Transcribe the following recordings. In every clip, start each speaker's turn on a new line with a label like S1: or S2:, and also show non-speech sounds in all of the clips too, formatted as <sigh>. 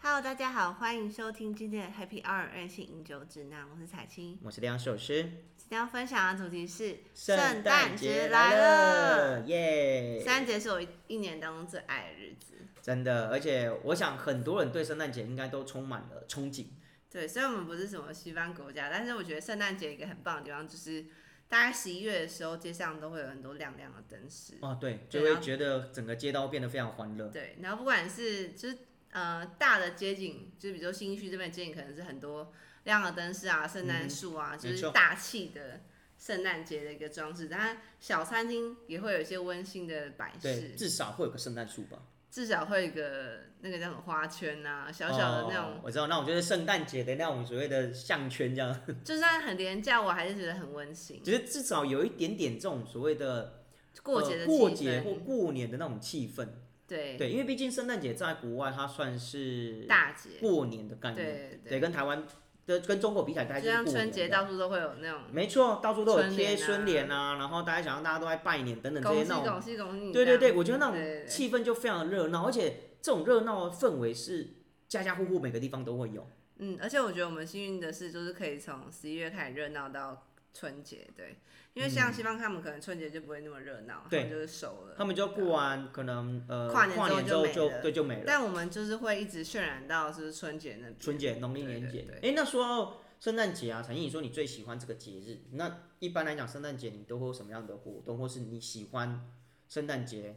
S1: Hello，大家好，欢迎收听今天的 Happy Hour 任性饮酒指南，我是彩青。
S2: 我是梁首诗，
S1: 今天要分享的主题是
S2: 圣诞节
S1: 节
S2: 来
S1: 了。
S2: 了，耶！
S1: 圣诞节是我一年当中最爱的日子，
S2: 真的，而且我想很多人对圣诞节应该都充满了憧憬，
S1: 对，虽然我们不是什么西方国家，但是我觉得圣诞节一个很棒的地方就是，大概十一月的时候，街上都会有很多亮亮的灯饰。
S2: 哦，对，
S1: 对
S2: 就
S1: 啊
S2: 会觉得整个街道变得非常欢乐。
S1: 对，然后不管是就是呃大的街景，就是比如说新区这边的街景，可能是很多亮的灯饰啊、圣诞树啊，就
S2: 没
S1: 是
S2: 错
S1: 大气的圣诞节的一个装饰。但小餐厅也会有一些温馨的摆
S2: 对，
S1: 饰，
S2: 至少会有个圣诞树吧，
S1: 至少会有一个那个叫什么花圈啊，小小的那
S2: 哦
S1: 种，
S2: 我知道，那我就是圣诞节的那种所谓的项圈这样，
S1: 就算很廉价，我还是觉得很温馨。
S2: 就是至少有一点点这种所谓的
S1: 过
S2: 呃
S1: 节的气
S2: 过节或
S1: 氛，嗯
S2: 过年的那种气氛。
S1: 对
S2: 对，因为毕竟圣诞节在国外它算是
S1: 大节，
S2: 过年的概念，
S1: 对
S2: 对，跟台湾的跟中国比起来，大概
S1: 就
S2: 就是
S1: 像
S2: 过
S1: 春
S2: 年
S1: 节
S2: 这样
S1: 到处都会有那种
S2: 没错，到处都有贴
S1: 啊春
S2: 春
S1: 联
S2: 联啊，然后大家想让大家都在拜年等等这
S1: 恭
S2: 些
S1: 喜
S2: 那种，
S1: 恭喜恭喜你这样，
S2: 对对对，我觉得那
S1: 对对
S2: 种
S1: 对
S2: 气氛就非常热闹，而且这种热闹的氛围是家家户户每个地方都会有，
S1: 嗯，而且我觉得我们幸运的是，就是可以从十一月开始热闹到春节，对，因为像西方他们可能春节就不会那么热闹，他
S2: 嗯对
S1: 们就是熟了。
S2: 他们就过完可能呃
S1: 啊跨年之后
S2: 之后
S1: 就没
S2: 就
S1: 了
S2: 对就没了，
S1: 但我们就是会一直渲染到就是春节那边
S2: 春节农历年
S1: 对
S2: 节
S1: 对。对
S2: 哎，那说到圣诞节啊，彩英，你说你最喜欢这个节日，那一般来讲圣诞节你都会有什么样的活动，或是你喜欢圣诞节，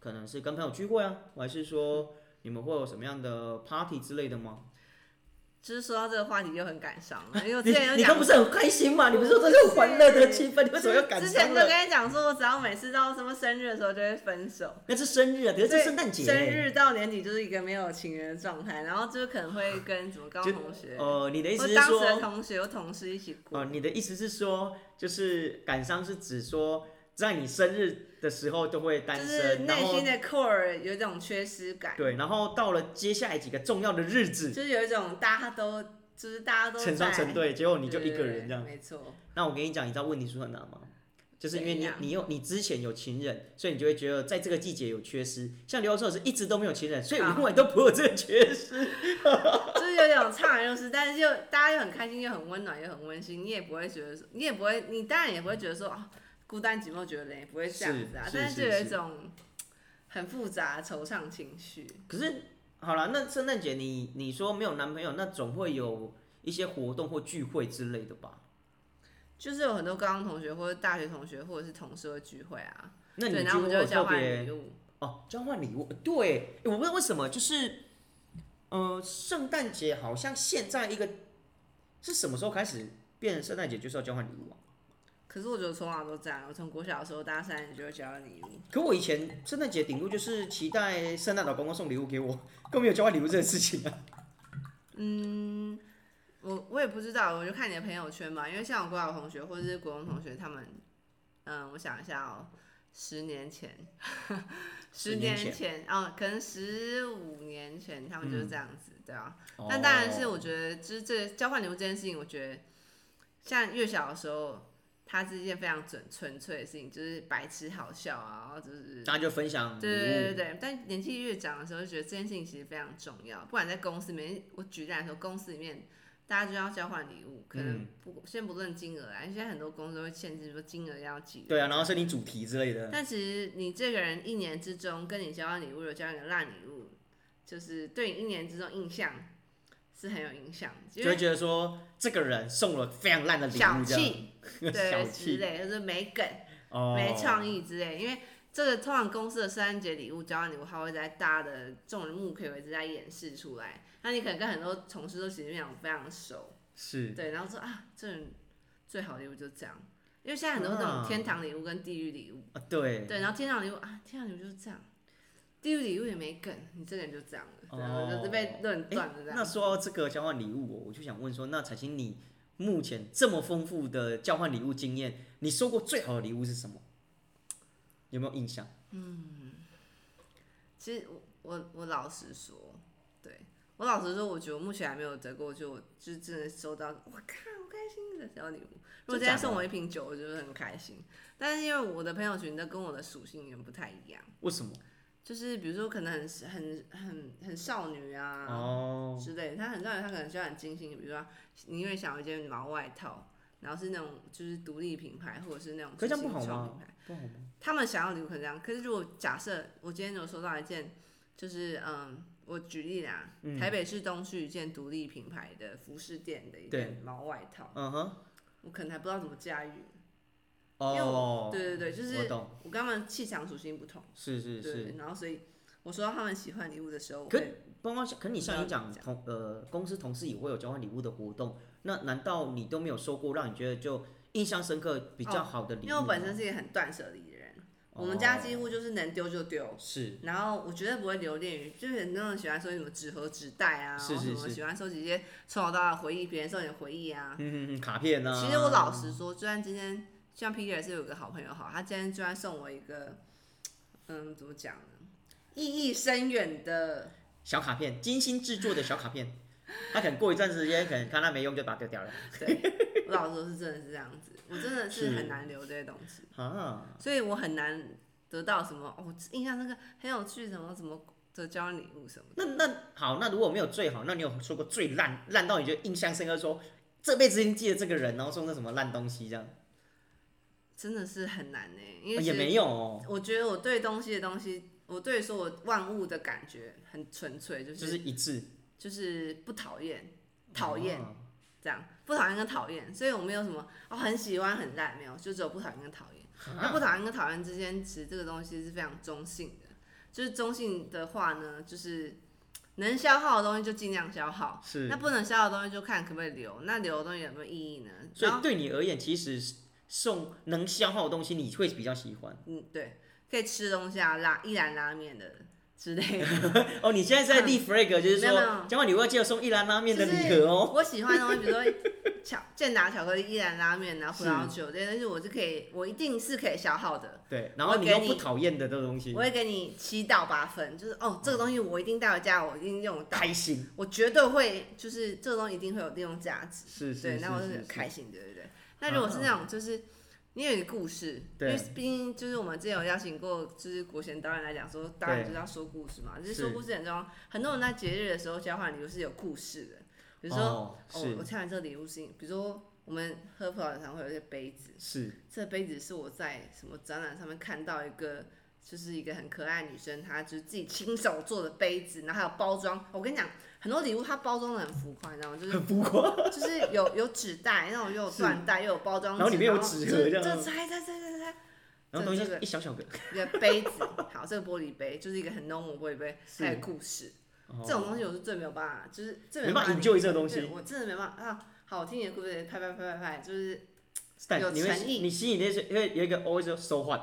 S2: 可能是跟朋友聚会啊，还是说你们会有什么样的 party 之类的吗？
S1: 就是说到这个话题就很感伤了，因为我之
S2: 你
S1: 前有
S2: 你
S1: 讲 <laughs>
S2: 刚不，是很开心嘛？你不是说这是欢乐的气氛，你为什么要感
S1: 之前
S2: 伤
S1: 就
S2: 了？
S1: 跟你讲说，我只要每次到什么生日的时候就会分手，
S2: 那是生日啊，可是
S1: 所以
S2: 是圣诞节。
S1: 生日到年底就是一个没有情人的状态，然后就是可能会跟什么高中同学，
S2: 呃，你的意
S1: 或
S2: 思是
S1: 当时的
S2: 说，
S1: 同学或同事一起过
S2: 呃，，你的意思是说，就是感伤是指说，在你生日的时候都会单
S1: 就是
S2: 身，然
S1: 内
S2: 后
S1: 心的 core 有一种缺失感，
S2: 对，然后到了接下来几个重要的日子，
S1: 就是有一种大家都就是大家都
S2: 成双成
S1: 对，
S2: 对，结果你就一个人这样
S1: 对。没错，
S2: 那我跟你讲，你知道问题出在哪吗？就是因为
S1: 怎
S2: 你
S1: 样
S2: 你有你之前有情人，所以你就会觉得在这个季节有缺失。像刘教授是一直都没有情人，所以
S1: 啊
S2: 永远都不会有这个缺失。
S1: 就是有点怅然若失，但是又大家又很开心，又很温暖，又很温馨，你也不会觉得说，你也不会，你当然也不会觉得说哦孤单寂寞觉得累，不会这样子啊，
S2: 是是
S1: 但是就是有一
S2: 是
S1: 种很复杂的惆怅情绪。
S2: 可是好了，那圣诞节你你说没有男朋友，那总会有一些活动或聚会之类的吧？
S1: 就是有很多高中同学或者大学同学或者是同事会聚会啊，
S2: 那你
S1: 对，
S2: 聚
S1: 然后我
S2: 会
S1: 们就
S2: 有
S1: 会
S2: 特
S1: 交换
S2: 别
S1: 礼物，
S2: 哦，交换礼物，对，诶我不知道为什么，就是呃，圣诞节好像现在一个是什么时候开始变成圣诞节就是要交换礼物啊？
S1: 可是我觉得从小都这样，我从国小的时候大家三人就会交换礼物。
S2: 可我以前圣诞节顶多就是期待圣诞老公公送礼物给我，更没有交换礼物这件事情啊。
S1: 我我也不知道，我就看你的朋友圈嘛，因为像我国小同学或者是国中同学，他们，嗯，我想一下哦，十年前，十
S2: 10年前
S1: 前哦，可能十五年前他们就是这样子，对啊。
S2: 哦
S1: 但当然是我觉得，就是这个交换礼物这件事情，我觉得像越小的时候，它是一件非常纯纯粹的事情，就是白痴好笑啊，然后就是
S2: 大家就分享啊礼
S1: 对对对
S2: 物，
S1: 对，但年纪越长的时候，就觉得这件事情其实非常重要。不管在公司里面，我举例来说，公司里面大家就要交换礼物，可能
S2: 嗯
S1: 不、先不论金额啊，因为现在很多公司会限制说金额要几。
S2: 对啊，然后是你主题之类的。
S1: 但其实你这个人一年之中跟你交换礼物，有交换一个烂礼物，就是对你一年之中印象是很有影响的，因
S2: 就会
S1: 为
S2: 觉得说这个人送了非常烂的礼物，
S1: 小
S2: 这样
S1: 气，
S2: <laughs> 小
S1: 对之
S2: 气
S1: 类，就是没梗。
S2: 哦，
S1: 没创意之类，因为这个通常公司的圣诞节礼物交换礼物，它会在大家的众人目睽为之下演示出来。那你可能跟很多同事都其实没有非常熟，
S2: 是
S1: 对，然后说啊，这人最好的礼物就这样，因为现在很多那种
S2: 啊
S1: 天堂礼物跟地狱礼物，
S2: 啊，对，
S1: 对，然后天堂礼物啊，天堂礼物就是这样，地狱礼物也没梗，你这个人就这样了，然后
S2: 哦
S1: 就是被论断的这
S2: 那
S1: 样。
S2: 说到这个交换礼物哦，我就想问说，那彩青你目前这么丰富的交换礼物经验，你收过最好的礼物是什么？有没有印象？
S1: 其实我我我老实说，对我老实说，我觉得我目前还没有得过，就就真的收到，我靠，好开心的小礼物。如果今
S2: 真假
S1: 天
S2: 的
S1: 送我一瓶酒，我就会很开心。但是因为我的朋友群的跟我的属性有点不太一样，
S2: 为什么？
S1: 就是比如说可能很很很很少女啊，
S2: 哦，
S1: 之类的。他很少女，他可能就很精心，比如说你会想要一件毛外套，然后是那种就是独立品牌或者是那种
S2: 可
S1: 新
S2: 是这样不好
S1: 创
S2: 吗
S1: 品牌，
S2: 不好吗？
S1: 他们想要礼物可能这样。可是如果假设我今天有收到一件，就是嗯，我举例啦，
S2: 嗯
S1: 台北市东区一件独立品牌的服饰店的一
S2: 对
S1: 件毛外套，
S2: 嗯哼，
S1: 我可能还不知道怎么驾驭。因为
S2: 哦，
S1: 对对对，就
S2: 我
S1: 是
S2: 懂，
S1: 我跟他们气场属性不同，
S2: 是是
S1: 对
S2: 是。
S1: 对，然后所以我收到他们喜欢礼物的时候，我
S2: 可
S1: 会
S2: 包括像可你像你讲
S1: 不知
S2: 同呃公司同事也会有交换礼物的活动，那难道你都没有收过让你觉得就印象深刻比较
S1: 哦
S2: 好的礼物吗？
S1: 因为我本身是一个很断舍离的人，我们家几乎就是能丢就丢
S2: 哦。是 <laughs>
S1: 然后我绝对不会留恋于，就是很多人喜欢收集什么纸盒、纸袋啊，
S2: 是是
S1: 或什么
S2: 是
S1: 喜欢收集一些从小到大的回忆，别人送你的回忆啊。
S2: 嗯卡片呢、
S1: 其实我老实说，就算今天像 Peter 也是有个好朋友好，他今天居然送我一个，嗯，怎么讲呢？意义深远的，
S2: 小卡片精心制作的小卡片， <laughs> 他可能过一段时间可能看他没用就把它丢掉了
S1: 对我老实说是真的是这样子，我真的是
S2: 是
S1: 很难留这些东西。
S2: 啊。
S1: 所以我很难得到什么，哦、印象那个很有趣，什么什么的交换礼物什么的。
S2: 那那好，那如果没有最好，那你有说过最烂烂到你就印象深刻说这辈子一定记得这个人，然后送个什么烂东西这样？
S1: 真的是很难呢、因
S2: 啊
S1: 为
S2: 也
S1: 其实
S2: 没有哦，
S1: 我觉得我对东西的东西，我对说我万物的感觉很纯粹，就
S2: 就是是一致
S1: 就是不讨厌，讨厌、
S2: 哦
S1: 这样，不讨厌跟讨厌，所以我没有什么哦很喜欢很烂没有，就只有不讨厌跟讨厌。
S2: 啊
S1: 那不讨厌跟讨厌之间，其实这个东西是非常中性的，就是中性的话呢，就是能消耗的东西就尽量消耗。
S2: 是
S1: 那不能消耗的东西就看可不可以留，那留的东西有没有意义呢？
S2: 所
S1: 然
S2: 以
S1: 后，
S2: 对你而言，其实送能消耗的东西，你会比较喜欢。
S1: 嗯，对，可以吃东西啊，拉一兰拉面的之类的。
S2: 哦，你现在是在立 flag，就是
S1: 嗯没有没有
S2: 说，交换礼物要记得送一篮拉面的
S1: 就是
S2: 礼盒哦。
S1: 我喜欢的东西，比如说巧健达巧克力、一兰拉面，然后葡萄酒这些东西，我是可以，我一定是可以消耗的。
S2: 对，然后
S1: 我
S2: 你
S1: 给
S2: 又
S1: 你
S2: 不讨厌的这东西
S1: 我，会给你七到八分，就是哦，这个东西我一定带回家，我一定用得到，
S2: 开心
S1: 我绝对会，就是这个东西一定会有利用价值。
S2: 是是
S1: 对，
S2: 是
S1: 那我就是很
S2: 是
S1: 开心，对对对。那如果是那种就是你有一个故事，因
S2: 对
S1: 为毕竟就是我们之前有邀请过，就是国贤导演来讲说，导演就是要说故事嘛，就是说
S2: 是
S1: 故事很重要。很多人在节日的时候交换礼物是有故事的，比如说哦
S2: 哦
S1: 我
S2: 是
S1: 拆完这个礼物是，比如说我们喝葡萄酒常会有一些杯子，
S2: 是
S1: 这杯子是我在什么展览上面看到一个。就是一个很可爱的女生，她就是自己亲手做的杯子，然后还有包装。我跟你讲，很多礼物它包装的很浮夸，你知道吗？就是
S2: 很浮夸，
S1: <laughs> 就是有有纸袋，那种又有
S2: 是
S1: 缎带，又有包装纸，
S2: 然后里面有纸盒
S1: 就是
S2: 这样
S1: 就拆拆拆拆拆，
S2: 然后东西
S1: 这个
S2: 一小小个，
S1: 一个杯子，好，这个玻璃杯就是一个很 normal 玻璃杯，
S2: 是
S1: 还有故事，
S2: 哦
S1: 这种东西我是最没有办法，就是最
S2: 没
S1: 办
S2: 办法
S1: 法
S2: enjoy 这个
S1: 理
S2: 东
S1: 对
S2: 西。
S1: 我真的没办法啊。好听你的故事，拍拍拍拍拍，就是
S2: 但
S1: 有
S2: 你会
S1: 诚意
S2: 你心里那是因为有一个 always 收换，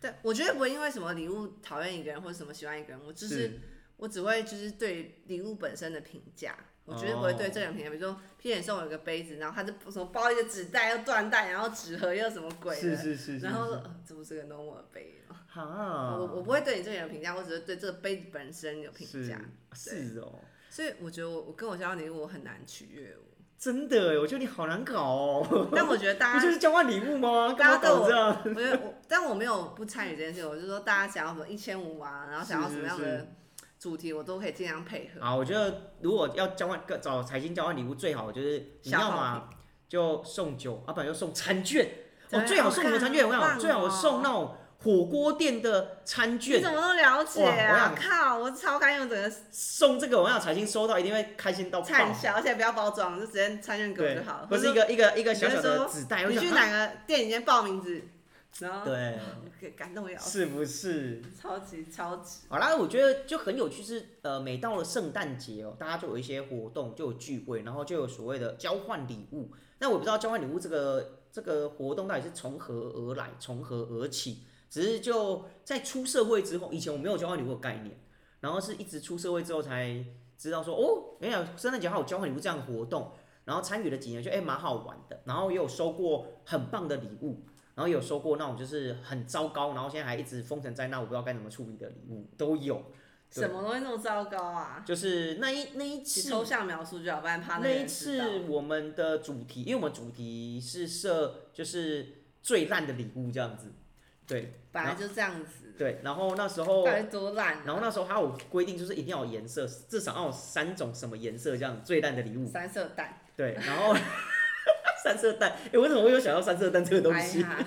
S1: 对我绝对不会因为什么礼物讨厌一个人或者什么喜欢一个人，我就是我只会就是对礼物本身的评价，我
S2: 哦
S1: 绝对不会对这个人评价。比如说，譬如你送我一个杯子，然后他就什么包一个纸袋又缎带，然后纸盒又什么鬼的，
S2: 是是是，啊
S1: 然后说
S2: 是
S1: 呃怎么是个 normal 杯哦？
S2: 哈，
S1: 我我不会对你这个人有评价，我只是对这个杯子本身有评
S2: 是
S1: 价。
S2: 是哦，
S1: 所以我觉得我我跟我交换礼物，我很难取悦我。
S2: 真的耶，我觉得你好难搞哦，
S1: 但我觉得大
S2: 不
S1: 家，
S2: <laughs> 就是交换礼物吗？干
S1: 大
S2: 嘛
S1: 家对我
S2: 搞这样？
S1: 我觉得我，但我没有不参与这件事情。我就说大家想要什么一千五啊，然后想要什么样
S2: 是是
S1: 的主题，我都可以尽量配合。
S2: 啊，我觉得如果要交换个找财经交换礼物，最好就是你
S1: 消
S2: 要
S1: 耗
S2: 嘛就送酒，啊要、不然就送餐券。
S1: 对
S2: 哦，最好送什么餐券？
S1: 好
S2: 我
S1: 看
S2: 想最好
S1: 哦
S2: 送那种火锅店的餐
S1: 你
S2: 券
S1: 怎。么都了解
S2: 哇
S1: 啊！
S2: 我想
S1: 靠，我超开用整个
S2: 送这个，我想财经收到一定会开心到爆。
S1: 畅销，而且不要包装，就直接参与给我
S2: 对
S1: 就好了。，
S2: 不是一
S1: 个，
S2: 个一个一个
S1: 你
S2: 小
S1: 就
S2: 小的
S1: 说
S2: 纸袋，我
S1: 你
S2: 就
S1: 去
S2: 想、啊、
S1: 哪个店里面报名字，然后
S2: 对，
S1: 给感动要死，
S2: 是不是？
S1: 超级超级。
S2: 好啦，我觉得就很有趣是，呃，每到了圣诞节哦，大家就有一些活动，就有聚会，然后就有所谓的交换礼物。那我不知道交换礼物这个这个活动到底是从何而来，从何而起。只是就在出社会之后，以前我没有交换礼物的概念，然后是一直出社会之后才知道说，哦，原来圣诞节还有交换礼物这样的活动，然后参与了几年就，哎蛮好玩的，然后也有收过很棒的礼物，然后也有收过那种就是很糟糕，然后现在还一直封尘在那，我不知道该怎么处理的礼物都有，对
S1: 什么东西那么糟糕啊？
S2: 就是那一那一
S1: 你
S2: 次
S1: 抽象描述就好，不然怕
S2: 那
S1: 个
S2: 一
S1: 人知道
S2: 次我们的主题，因为我们主题是设就是最烂的礼物这样子，对
S1: 本来就这样子，
S2: 对，然后那时候
S1: 到底多烂啊、
S2: 然后那时候还有规定，就是一定要有颜色，至少要有三种什么颜色这样最烂的礼物。
S1: <laughs> 三色蛋，
S2: 对，然后 <laughs> 三色蛋，哎、为什么我有想到三色蛋这个东
S1: 哎
S2: 西？
S1: 呀，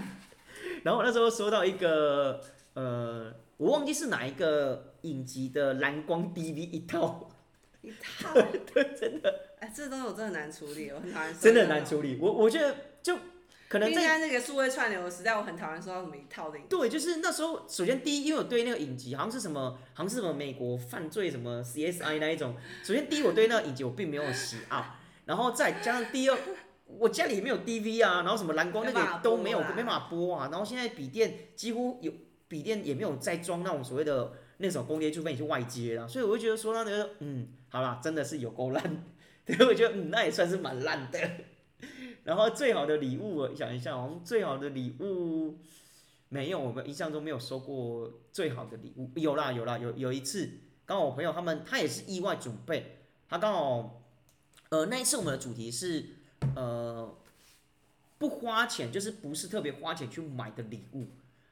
S2: 然后那时候收到一个呃，我忘记是哪一个影集的蓝光 DV 一
S1: 啊
S2: 套，
S1: 一套，
S2: <laughs> 对，真的
S1: 哎，这东西我真的很难处理，我很讨厌，
S2: 真的很难处理。我我觉得就可能
S1: 哦因为
S2: 在
S1: 现在那个数位串流的时代，我很讨厌收到什么一套的影片，
S2: 对，就是那时候，首先第一，因为我对那个影集好像是什么，好像是什么美国犯罪什么 CSI 那一种。首先第一，我对那个影集我并没有喜爱，然后再加上第二，我家里也没有 DV 啊，然后什么蓝光那个
S1: 没办法
S2: 也都没有，
S1: 播啦
S2: 没办法播啊。然后现在笔电几乎有笔电也没有再装那种所谓的那种光碟，除非你去外接啦。所以我就觉得说那个，嗯，好啦，真的是有够烂。 <laughs> 对，我觉得嗯，那也算是蛮烂的。 <laughs> 然后最好的礼物，我想一下，好像最好的礼物没有，我们印象中没有收过最好的礼物。有啦，有啦，有有一次，刚好我朋友他们，他也是意外准备，他刚好，呃，那一次我们的主题是，呃，不花钱，就是不是特别花钱去买的礼物，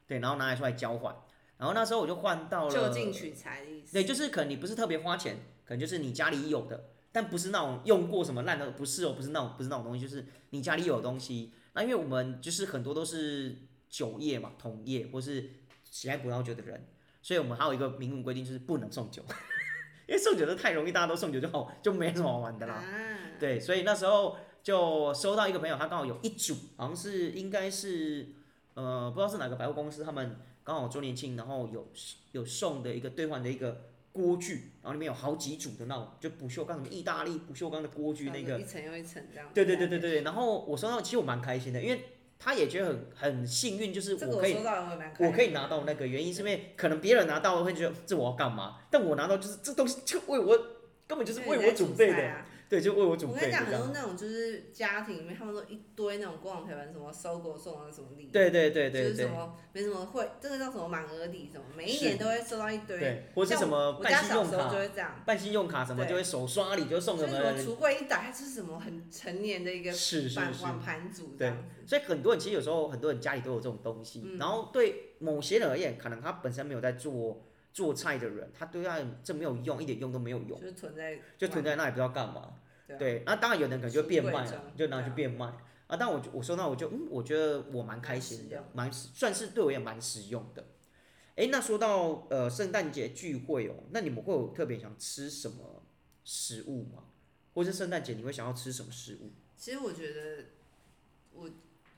S2: 对，然后拿来出来交换。然后那时候我就换到了
S1: 就近取材的意思。
S2: 对，就是可能你不是特别花钱，可能就是你家里有的，但不是那种用过什么烂的，不是哦，不是那种不是那种东西，就是你家里有的东西。那因为我们就是很多都是酒业嘛，同业或是喜爱葡萄酒的人，所以我们还有一个明文规定，就是不能送酒， <laughs> 因为送酒都太容易，大家都送酒就好，就没什么好玩的啦。
S1: 啊，
S2: 对，所以那时候就收到一个朋友，他刚好有一组，好像是应该是呃，不知道是哪个百货公司，他们刚好周年庆，然后有有送的一个兑换的一个锅具，然后里面有好几组的那种，就不锈钢什么意大利不锈钢的锅具那个
S1: 啊一层又一层这样。
S2: 对对对对。对，然后我收到，其实我蛮开心的，因为他也觉得很很幸运，就是
S1: 这个
S2: 我
S1: 我
S2: 可以
S1: 收到了，我也蛮开心
S2: 我可以拿到那个，原因是因为可能别人拿到会觉得这我要干嘛，但我拿到就是这东西就为我根本就是
S1: 因为
S2: 为
S1: 你
S2: 我
S1: 在
S2: 准
S1: 煮
S2: 备
S1: 菜
S2: 的，
S1: 啊
S2: 对，就为我准
S1: 我跟
S2: 备的
S1: 你讲，
S2: 这
S1: 很多。
S2: 样
S1: 那种就是家庭里面，他们都一堆那种官网陪伴，什么搜狗送啊的什么礼，
S2: 对对对
S1: 就
S2: 对
S1: 是什
S2: 对
S1: 么没什么会，这个叫什么满额礼什么，每一
S2: 是
S1: 年都会收到一堆。
S2: 对，或是什么
S1: 我家
S2: 办信
S1: 小
S2: 用
S1: 时候就
S2: 卡、
S1: 会这样，
S2: 办信用卡什么
S1: 对
S2: 就会手刷礼，就送
S1: 就
S2: 什
S1: 是什么橱
S2: 么，
S1: 柜一打开就是什么很成年的一个
S2: 是是
S1: 碗
S2: 是。
S1: 碗盘组这样子。
S2: 所以很多人其实有时候很多人家里都有这种东西，
S1: 嗯
S2: 然后对某些人而言，可能他本身没有在做做菜的人，他对他这没有用，一点用都没有用，
S1: 就是囤在
S2: 就囤在那里不知道干嘛。
S1: 对啊
S2: 对，那当然有的人可能就变卖
S1: 书柜
S2: 了
S1: 中，
S2: 就拿去变卖。啊，但我我收到我就嗯，我觉得我蛮开心的，蛮实算是对我也蛮实用的。哎，那说到呃圣诞节聚会哦，那你们会有特别想吃什么食物吗？或是圣诞节你会想要吃什么食物？
S1: 其实我觉得，我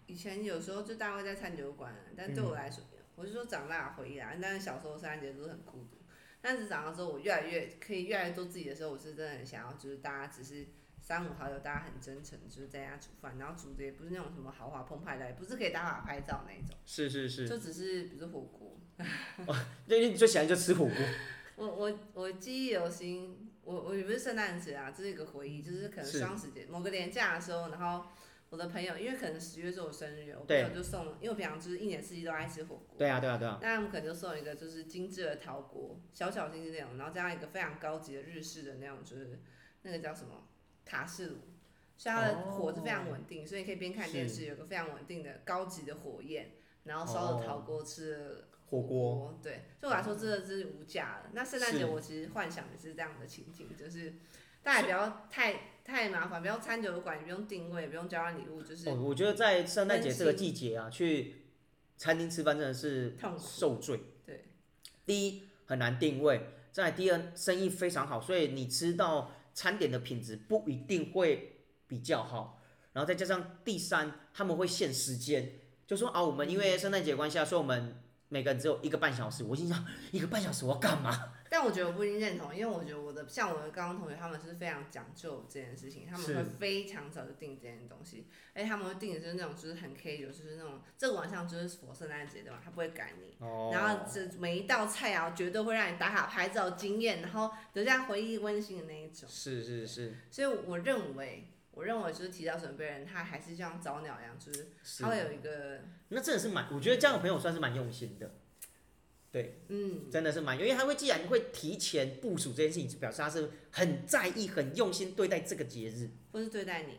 S1: 以前有时候就大家会在餐酒馆，啊但
S2: 嗯
S1: 对我来说，我是说长大的回忆啦。但是小时候圣诞节都是很孤独，但是长大之后，我越来越可以越来越做自己的时候，我是真的很想要，就是大家只是三五好友，大家很真诚，就是在家煮饭，然后煮的也不是那种什么豪华澎湃的，也不是可以打卡拍照那种，
S2: 是是是，
S1: 就只是比如说火锅。
S2: 就你最喜欢就吃火锅，
S1: 我我我记忆犹新，我我也不是圣诞节啊，这是一个回忆，就是可能
S2: 是
S1: 双十节某个年假的时候，然后我的朋友，因为可能十月是我生日，我朋
S2: 对
S1: 友就送了，因为我平常就是一年四季都爱吃火锅，
S2: 对啊对啊对啊，
S1: 那他们可能就送了一个就是精致的陶锅，小小精致那种，然后加上一个非常高级的日式的那种，就是那个叫什么卡式炉，所以它
S2: 哦
S1: 的火是非常稳定，所以你可以边看电视，有个非常稳定的高级的火焰，然后烧
S2: 哦
S1: 着陶锅吃了
S2: 火锅，
S1: 对，对我来说真的是无价了。那圣诞
S2: 是
S1: 节我其实幻想的是这样的情景，就是大家也不要太太麻烦，不要餐酒馆，也不用定位，也不用交换礼物，就是
S2: 哦，我觉得在圣诞节
S1: 温
S2: 这个
S1: 馨
S2: 季节啊，去餐厅吃饭真的是
S1: 痛苦
S2: 受罪。
S1: 对，
S2: 第一很难定位，再来第二生意非常好，所以你吃到餐点的品质不一定会比较好。然后再加上第三，他们会限时间，就说啊，我们因
S1: 嗯
S2: 为圣诞节关系啊，所以我们每个人只有一个半小时。我心想，一个半小时我要干嘛？
S1: 但我觉得我不一定认同，因为我觉得我的像我的高中同学，他们是非常讲究这件事情，他们
S2: 是
S1: 会非常早就定这件东西，而且他们会定的就是那种就是很 K 酒，就是那种这个晚上就是佛圣诞节的嘛，他不会赶你。
S2: 哦
S1: 然后这每一道菜肴绝对会让你打卡拍照惊艳，然后留下回忆温馨的那一种。
S2: 哦是是是
S1: 所以我认为，我认为就是提早准备人，他还是像早鸟一样，就是
S2: 是
S1: 他，会有一个
S2: 那真的是蛮，我觉得这样的朋友算是蛮用心的。
S1: 嗯，
S2: 真的是蛮，因为他会既然会提前部署这件事情，就表示他是很在意、很用心对待这个节日。
S1: 或是对待你，对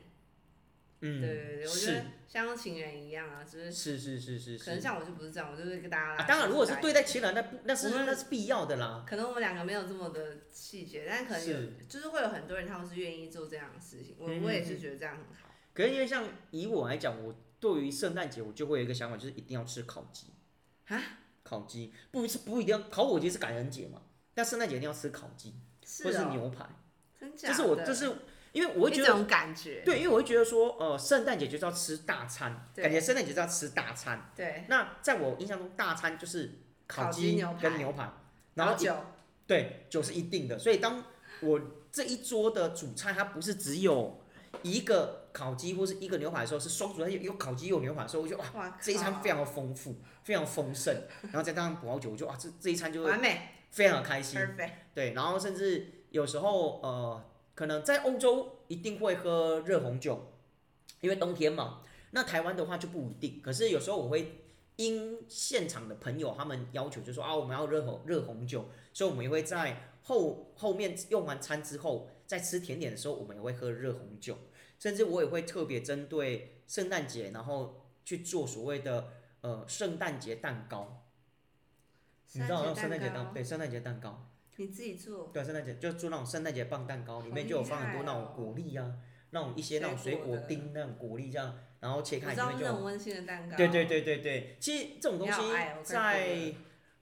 S2: 嗯，
S1: 对对，我觉得
S2: 是
S1: 像情人一样啊，就是
S2: 是是是是
S1: 可能
S2: 是。
S1: 像我就不是这样，我就是跟大家
S2: 啊，
S1: 拉
S2: 当然，
S1: 手
S2: 如果
S1: 在
S2: 是
S1: 一
S2: 对
S1: 起
S2: 待情人，那不那是
S1: 我们
S2: 那是必要的啦。
S1: 可能我们两个没有这么的细节，但可能有
S2: 是
S1: 就是会有很多人他们是愿意做这样的事情，我
S2: 嗯
S1: 我也是觉得这样很好。
S2: 可是因为像以我来讲，我对于圣诞节我就会有一个想法，就是一定要吃烤鸡
S1: 啊，
S2: 烤鸡不是不一定要烤火鸡是感恩节嘛，但圣诞节一定要吃烤鸡
S1: 是
S2: 或是
S1: 哦，
S2: 牛排，
S1: 真假
S2: 这
S1: 的？
S2: 是我这是因为我会
S1: 一
S2: 觉得
S1: 种感觉，
S2: 对，因为我会觉得说，呃，圣诞节就是要吃大餐，
S1: 对
S2: 感觉圣诞节就是要吃大餐。
S1: 对，
S2: 那在我印象中，大餐就是
S1: 烤鸡
S2: 鸡
S1: 牛排
S2: 跟牛排，然后一
S1: 酒
S2: 对酒是一定的，所以当我这一桌的主菜它不是只有一个烤鸡或是一个牛排的时候，是双主菜有有烤鸡有牛排的时候，我就哇，
S1: 哇，
S2: 这一餐非
S1: 常
S2: 常的丰富，非常丰盛，然后再加上葡萄酒，我就哇，这这一餐就
S1: 完美
S2: 非常的开心。
S1: ，perfect，
S2: 对，然后甚至有时候呃，可能在欧洲一定会喝热红酒，因为冬天嘛。那台湾的话就不一定，可是有时候我会因现场的朋友他们要求，就说啊，我们要热红热红酒，所以我们也会在后后面用完餐之后，在吃甜点的时候，我们也会喝热红酒。甚至我也会特别针对圣诞节，然后去做所谓的呃圣诞节蛋糕，你知道那种圣诞节蛋
S1: 糕，
S2: 对圣诞节蛋糕，
S1: 你自己做，
S2: 对，圣诞节就做那种圣诞节棒蛋糕，里
S1: 好
S2: 面就有
S1: 厉
S2: 放很多
S1: 害
S2: 那种
S1: 哦
S2: 果粒啊，那种一些那种
S1: 水
S2: 水
S1: 果
S2: 果
S1: 的
S2: 丁、那种果粒这样，然后切
S1: 我
S2: 开
S1: 知
S2: 里
S1: 道
S2: 面
S1: 是
S2: 就
S1: 那种
S2: 有。
S1: 温馨的蛋糕，
S2: 对对，对对对，其实哦这种东
S1: 你
S2: 西
S1: 好爱哦我快哭
S2: 在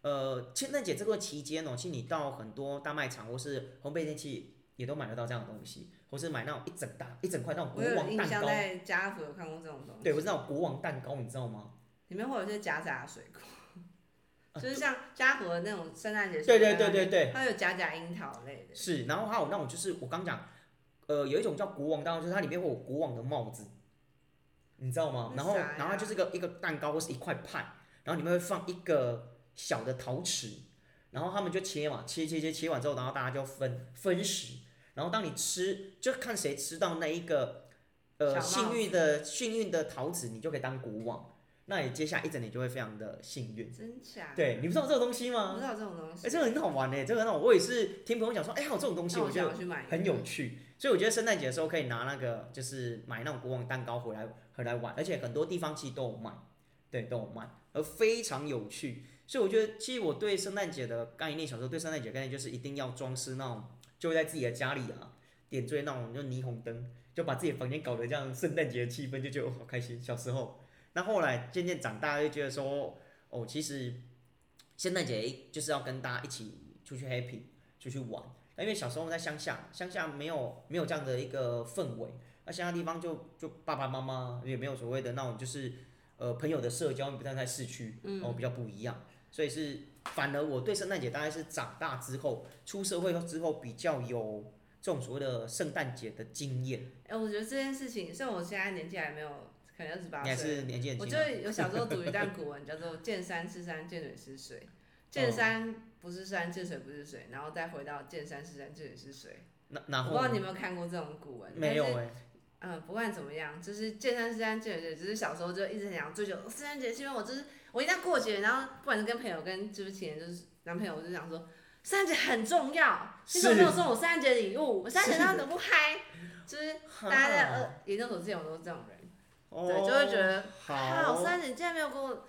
S2: 呃圣诞节这个期间哦，其实你到很多大卖场或是烘焙店去也都买得到这样的东西，或是买那种一整大一整块那种
S1: 我
S2: 国
S1: 有
S2: 王
S1: 印
S2: 蛋
S1: 象
S2: 糕，
S1: 在家乐福有看过这种东西，
S2: 对，我是那种国王蛋糕，你知道吗？
S1: 里面会有一些夹杂的水果。
S2: 啊
S1: 就是像家福的那种圣诞节，
S2: 对对对对，对，
S1: 它有夹夹樱桃类的，
S2: 是，然后还有那种就是我刚讲，呃，有一种叫国王蛋糕，就是它里面会有国王的帽子，你知道吗？
S1: 那
S2: 然后，
S1: 啥
S2: 然后它
S1: 呀
S2: 就是一个一个蛋糕或是一块派，然后里面会放一个小的陶匙，然后他们就切嘛，切切切切完之后，然后大家就分分食，然后当你吃，就看谁吃到那一个
S1: 小
S2: 呃
S1: 帽
S2: 幸运的幸运的陶瓷，你就可以当国王，那你接下来一整年就会非常的幸运。
S1: 真假？，
S2: 对，你不知道这个东西
S1: 我不
S2: 吗
S1: 知？道这种东西。哦
S2: 哎、这个很好玩哎、这个很好玩，我也是听朋友讲说，哎、还有这种东西，
S1: 那
S2: 我
S1: 我
S2: 觉
S1: 想
S2: 得
S1: 要去买一个，
S2: 很有趣。所以我觉得圣诞节的时候可以拿那个，就是买那种国王蛋糕回来回来玩，而且很多地方其实都有卖，对，都有卖，而非常有趣。所以我觉得，其实我对圣诞节的概念，小时候对圣诞节的概念就是一定要装饰那种，就会在自己的家里啊点缀那种就霓虹灯，就把自己的房间搞得这样圣诞节的气氛，就觉得哦好开心。小时候，那后来渐渐长大，就觉得说，哦，其实圣诞节就是要跟大家一起出去 happy，出去玩。那因为小时候在乡下，乡下没有没有这样的一个氛围，那乡下地方就就爸爸妈妈也没有所谓的那种就是呃朋友的社交，不像在市区，
S1: 嗯
S2: 哦比较不一样，所以是反而我对圣诞节大概是长大之后出社会之后比较有这种所谓的圣诞节的经验，
S1: 哎、我觉得这件事情，虽然我现在年纪还没有，可能二十八
S2: 你还
S1: 岁，
S2: 是年纪很
S1: 我
S2: 轻
S1: 就
S2: 啊、
S1: 有小时候读一段古文，叫做“见山是山，见水是
S2: <laughs>
S1: 水”。见山不是山，见水不是水，然后再回到见山是山，见水是水。
S2: 然
S1: 我
S2: 哦然
S1: 不
S2: 后
S1: 知道你
S2: 呢
S1: 有没有看过这种古文，
S2: 没有
S1: 但是
S2: 哎、
S1: 嗯，不管怎么样，就是见山是山，见水是水。只是小时候就一直很想追求哦圣诞节气氛，我就是我一定要过节，然后不管是跟朋友、跟就是情人，就是男朋友，我就想说圣诞节很重要。你怎么没有
S2: 是
S1: 送我圣诞节礼物？我圣诞节他怎么不嗨？就是
S2: 哈
S1: 大家在呃研究所之前，我都是这种人，
S2: 哦
S1: 对，就会觉得好，
S2: 好
S1: 圣，诞节竟然没有给我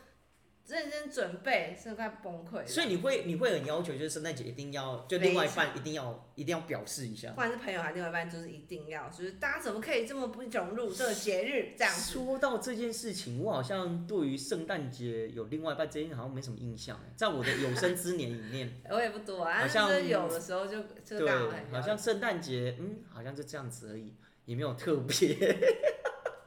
S1: 认真准备，是快崩溃了。
S2: 所以你会你会很要求，就是圣诞节一定要就另外一半一定要一定要表示一下
S1: 不。管是朋友还是另外一半，就是一定要，就是大家怎么可以这么不融入这个节日这样子？
S2: 说到这件事情，我好像对于圣诞节有另外一半这件事好像没什么印象，欸在我的有生之年里
S1: <laughs>
S2: 面，
S1: 我也不多啊，
S2: 好
S1: 但
S2: 像
S1: 是有的时候就就
S2: 对
S1: 刚很，
S2: 好像圣诞节，嗯，好像就这样子而已，也没有特别， <laughs>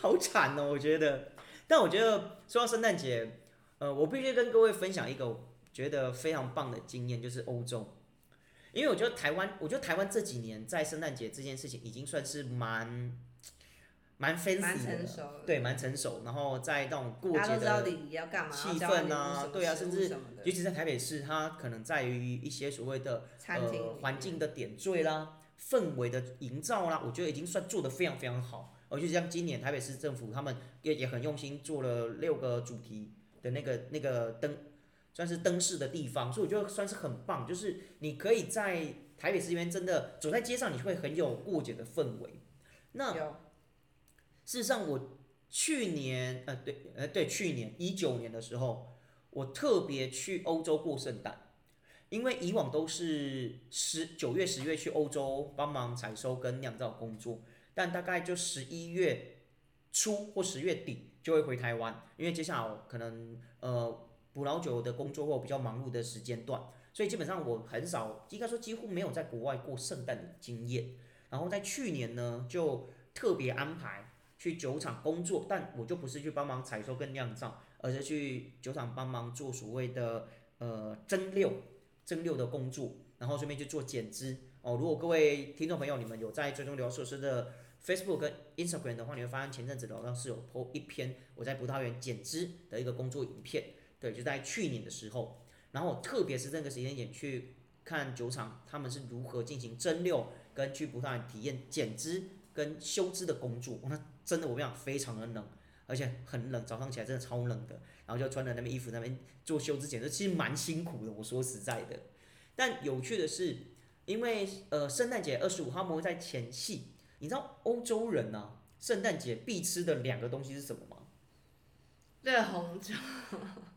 S2: 好惨哦，我觉得。但我觉得说到圣诞节，呃，我必须跟各位分享一个我觉得非常棒的经验，就是欧洲，因为我觉得台湾，我觉得台湾这几年在圣诞节这件事情已经算是蛮蛮 fancy
S1: 蛮
S2: 的
S1: 成
S2: 了
S1: 熟的，
S2: 对，蛮成熟，然后在那种过
S1: 大家
S2: 节
S1: 都知道
S2: 的，
S1: 礼仪要干嘛，
S2: 气
S1: 要交换
S2: 氛啊
S1: 礼物什么
S2: 对啊
S1: 食物
S2: 甚至
S1: 什么的
S2: 尤其在台北市，它可能在于一些所谓的
S1: 餐厅里
S2: 呃
S1: 面
S2: 环境的点缀啦、氛围的营造啦，我觉得已经算做得非常非常好。而且像今年台北市政府他们也也很用心做了六个主题的那个那个灯，算是灯饰的地方，所以我觉得算是很棒。就是你可以在嗯台北市这边真的走在街上，你会很有过节的氛围。那
S1: 有
S2: 事实上，我去年呃对呃对去年一九年的时候，我特别去欧洲过圣诞，因为以往都是十九月十月去欧洲帮忙采收跟酿造工作，但大概就十一月初或十月底就会回台湾，因为接下来我可能呃葡萄酒的工作或比较忙碌的时间段，所以基本上我很少，应该说几乎没有在国外过圣诞的经验。然后在去年呢，就特别安排去酒厂工作，但我就不是去帮忙采收跟酿造，而是去酒厂帮忙做所谓的呃蒸馏蒸馏的工作，然后顺便去做减脂哦。如果各位听众朋友你们有在追踪刘老师的 Facebook 跟 Instagram 的话，你会发现前阵子刘老师有 po 一篇我在葡萄园减脂的一个工作影片，对，就在去年的时候，然后我特别是这个时间点去看酒厂他们是如何进行蒸馏。跟去葡萄牙体验减脂跟修枝的工作，哇那真的我跟你讲非常的冷，而且很冷，早上起来真的超冷的，然后就穿着那边衣服在那边做修枝减脂，其实蛮辛苦的。我说实在的，但有趣的是，因为呃圣诞节二十五号，我们会在前戏，你知道欧洲人呐、啊，圣诞节必吃的两个东西是什么吗？
S1: 热红酒，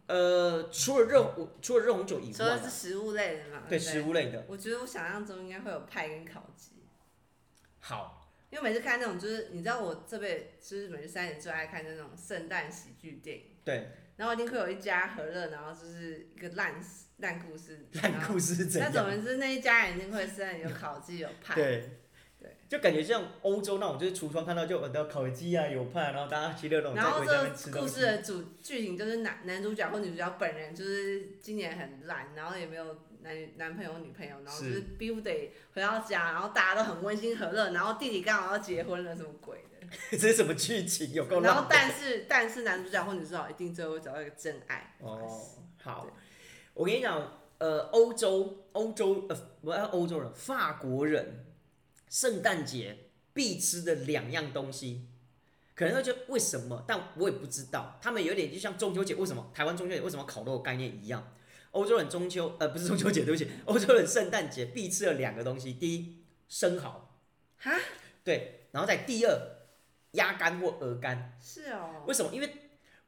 S2: 呃，除了热我除了热红酒以
S1: 说
S2: 外
S1: 的是
S2: 啊，
S1: 食物类的嘛？
S2: 对
S1: 对，
S2: 食。物类的，
S1: 我觉得我想象中应该会有派跟烤鸡，
S2: 好，
S1: 因为每次看那种就是你知道我这辈就是每次三年最爱看那种圣诞喜剧电影，
S2: 对，
S1: 然后一定会有一家和乐，然后就是一个烂死烂故事，
S2: 烂故事是怎
S1: 那
S2: 样？
S1: 总而言之，那一家人一定会是有烤鸡有派，
S2: 对，
S1: 对
S2: 就感觉像欧洲那种，就是橱窗看到就有的烤鸡啊，有派，然后大家其乐融融
S1: 然
S2: 在
S1: 后
S2: 围在那边吃
S1: 这
S2: 东
S1: 故事
S2: 西。 <laughs>
S1: 的主剧情就是男男主角或女主角本人就是今年很懒，然后也没有男男朋友女朋友，然后就是是逼不得回到家，然后大家都很温馨和乐，然后弟弟刚好要结婚了，什么鬼的？
S2: 这是什么剧情？有够
S1: 然后
S2: 浪漫
S1: 但是但是男主角或女主角一定最后会找到一个真爱。
S2: 哦，好
S1: 对，
S2: 我跟你讲，呃，欧洲，欧洲，呃，不要欧洲人，法国人，圣诞节必吃的两样东西，可能会觉得为什么，但我也不知道，他们有点就像中秋节为什么台湾中秋节为什么烤肉概念一样，欧洲人中秋，呃，不是中秋节，对不起，欧洲人圣诞节必吃的两个东西，第一，生蚝。
S1: 哈，
S2: 对，然后再第二，鸭肝或鹅肝，
S1: 是哦，
S2: 为什么？因为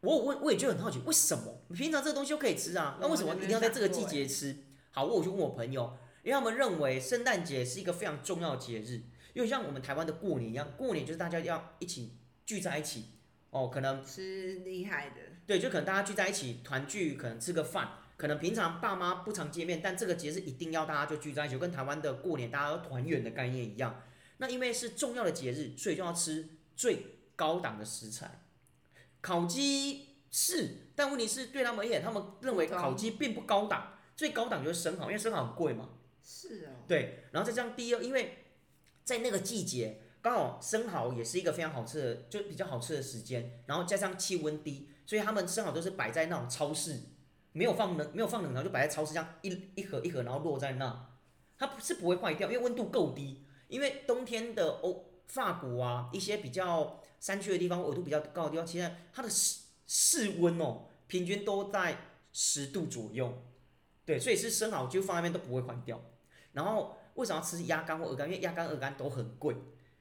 S2: 我我我也觉得很好奇，为什么平常这个东西就可以吃啊？那为什么一定要在这个季节吃？好，我有去问我朋友，因为他们认为圣诞节是一个非常重要的节日，因为像我们台湾的过年一样，过年就是大家要一起聚在一起哦，可能
S1: 是厉害的，
S2: 对，就可能大家聚在一起团聚，可能吃个饭，可能平常爸妈不常见面，但这个节日一定要大家就聚在一起，就跟台湾的过年大家要团圆的概念一样。那因为是重要的节日，所以就要吃最高档的食材。烤鸡是，但问题是对他们而言，他们认为
S1: 普通
S2: 烤鸡并不高档，最高档就是生蚝，因为生蚝很贵嘛。
S1: 是哦，
S2: 对，然后再这样第二，因为在那个季节，刚好生蚝也是一个非常好吃的，就比较好吃的时间，然后加上气温低，所以他们生蚝都是摆在那种超市，没有放冷，没有放冷藏，就摆在超市这样一一盒一盒，然后落在那，它不是不会坏掉，因为温度够低。因为冬天的欧法国啊，一些比较山区的地方，纬度比较高的地方，其实它的室室温哦，平均都在十度左右。对，所以是生蚝就放在那边都不会坏掉。然后为什么要吃鸭肝或鹅肝？因为鸭肝、鹅肝都很贵，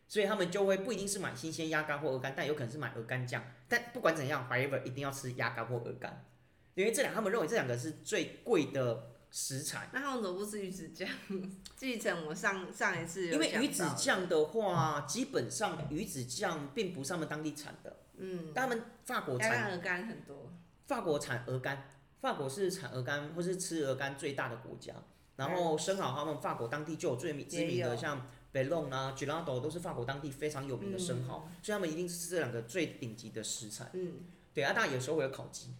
S2: 所以他们就会不一定是买新鲜鸭肝或鹅肝，但有可能是买鹅肝酱。但不管怎样，however 一定要吃鸭肝或鹅肝，因为这两他们认为这两个是最贵的食材。
S1: 那他们怎么不吃鱼子酱？ <laughs> 继承我上上一次有
S2: 因为
S1: 讲
S2: 鱼子
S1: 到的，
S2: 酱的话，基本上鱼子酱并不是他们当地产的，
S1: 嗯，
S2: 但他们法国
S1: 鸭
S2: 产
S1: 肝鹅肝很多，
S2: 法国产鹅肝，法国是产鹅肝或是吃鹅肝最大的国家。然后生蚝，他们法国当地就有最名知名
S1: 嗯也
S2: 的，
S1: 有
S2: 像 b e l o n 啊、Gelato 都是法国当地非常有名的生蚝，所以他们一定是这两个最顶级的食材。
S1: 嗯。
S2: 对啊，当然有时候会有烤鸡。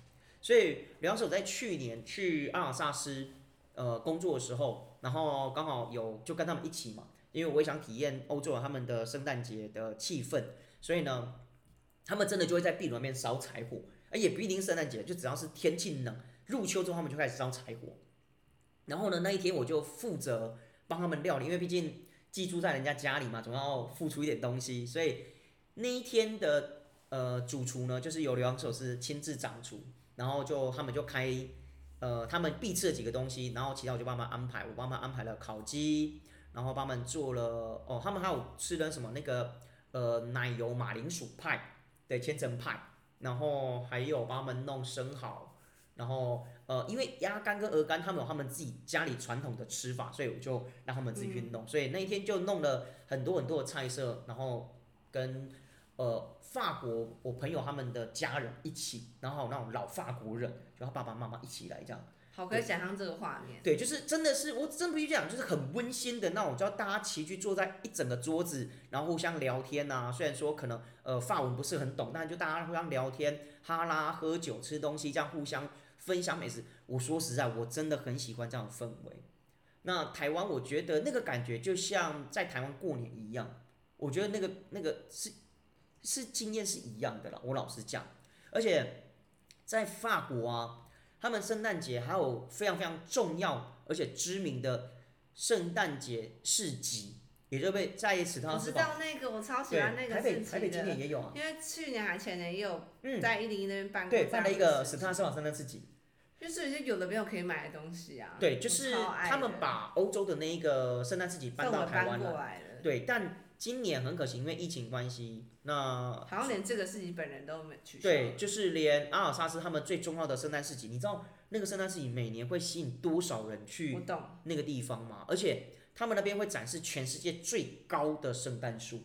S2: 所以，比方说我在去年去阿尔萨斯呃工作的时候，然后刚好有就跟他们一起嘛，因为我也想体验欧洲人他们的圣诞节的气氛，所以呢，他们真的就会在壁炉那边烧柴火，而也不一定圣诞节，就只要是天气冷，入秋之后他们就开始烧柴火。然后呢，那一天我就负责帮他们料理，因为毕竟寄住在人家家里嘛，总要付出一点东西，所以那一天的呃主厨呢，就是由刘洋寿司亲自掌厨，然后就他们就开呃他们必吃的几个东西，然后其他我就帮他们安排，我帮他们安排了烤鸡，然后帮他们做了哦，他们还有吃的什么那个呃奶油马铃薯派，对，千层派，然后还有帮他们弄生蚝，然后呃，因为鸭肝跟鹅肝他们有他们自己家里传统的吃法，所以我就让他们自己去弄，所以那一天就弄了很多很多的菜色，然后跟呃法国我朋友他们的家人一起，然后还有那种老法国人，就他爸爸妈妈一起来这样。
S1: 好，可以想象这个画面。
S2: 对，就是真的是我真不须讲，就是很温馨的那种，叫大家齐聚坐在一整个桌子，然后互相聊天呐、虽然说可能呃法文不是很懂，但就大家互相聊天、哈拉、喝酒、吃东西，这样互相分享美食。我说实在，我真的很喜欢这样的氛围。那台湾，我觉得那个感觉就像在台湾过年一样，我觉得那个那个是是经验是一样的啦。我老实讲，而且在法国啊，他们圣诞节还有非常非常重要而且知名的圣诞节市集，也就被在此
S1: 我
S2: 它
S1: 知
S2: 是
S1: 道那个，我超喜
S2: 对，
S1: 欢那个
S2: 台北
S1: 事
S2: 台北
S1: 情
S2: 今年
S1: 的，
S2: 也有啊，
S1: 因为去年还前年也有
S2: 嗯，
S1: 在一零一那边办过
S2: 对，
S1: 这
S2: 办
S1: 样
S2: 了一
S1: 的
S2: 个
S1: 事
S2: 史
S1: 情
S2: 特拉斯堡圣诞市集，
S1: 就是有些有的没有可以买的东西啊。
S2: 对，就
S1: 我
S2: 是
S1: 超爱
S2: 他们
S1: 的
S2: 把欧洲的那一个圣诞市集搬
S1: 氛
S2: 到
S1: 围
S2: 台湾
S1: 搬
S2: 来
S1: 过，来了，
S2: 对，但今年很可惜，因为疫情关系，那
S1: 好像连这个事情本人都没取消。
S2: 对，，就是连阿尔萨斯他们最重要的圣诞市集，你知道那个圣诞市集每年会吸引多少人
S1: 我
S2: 去
S1: 懂，
S2: 那个地方吗？而且他们那边会展示全世界最高的圣诞树，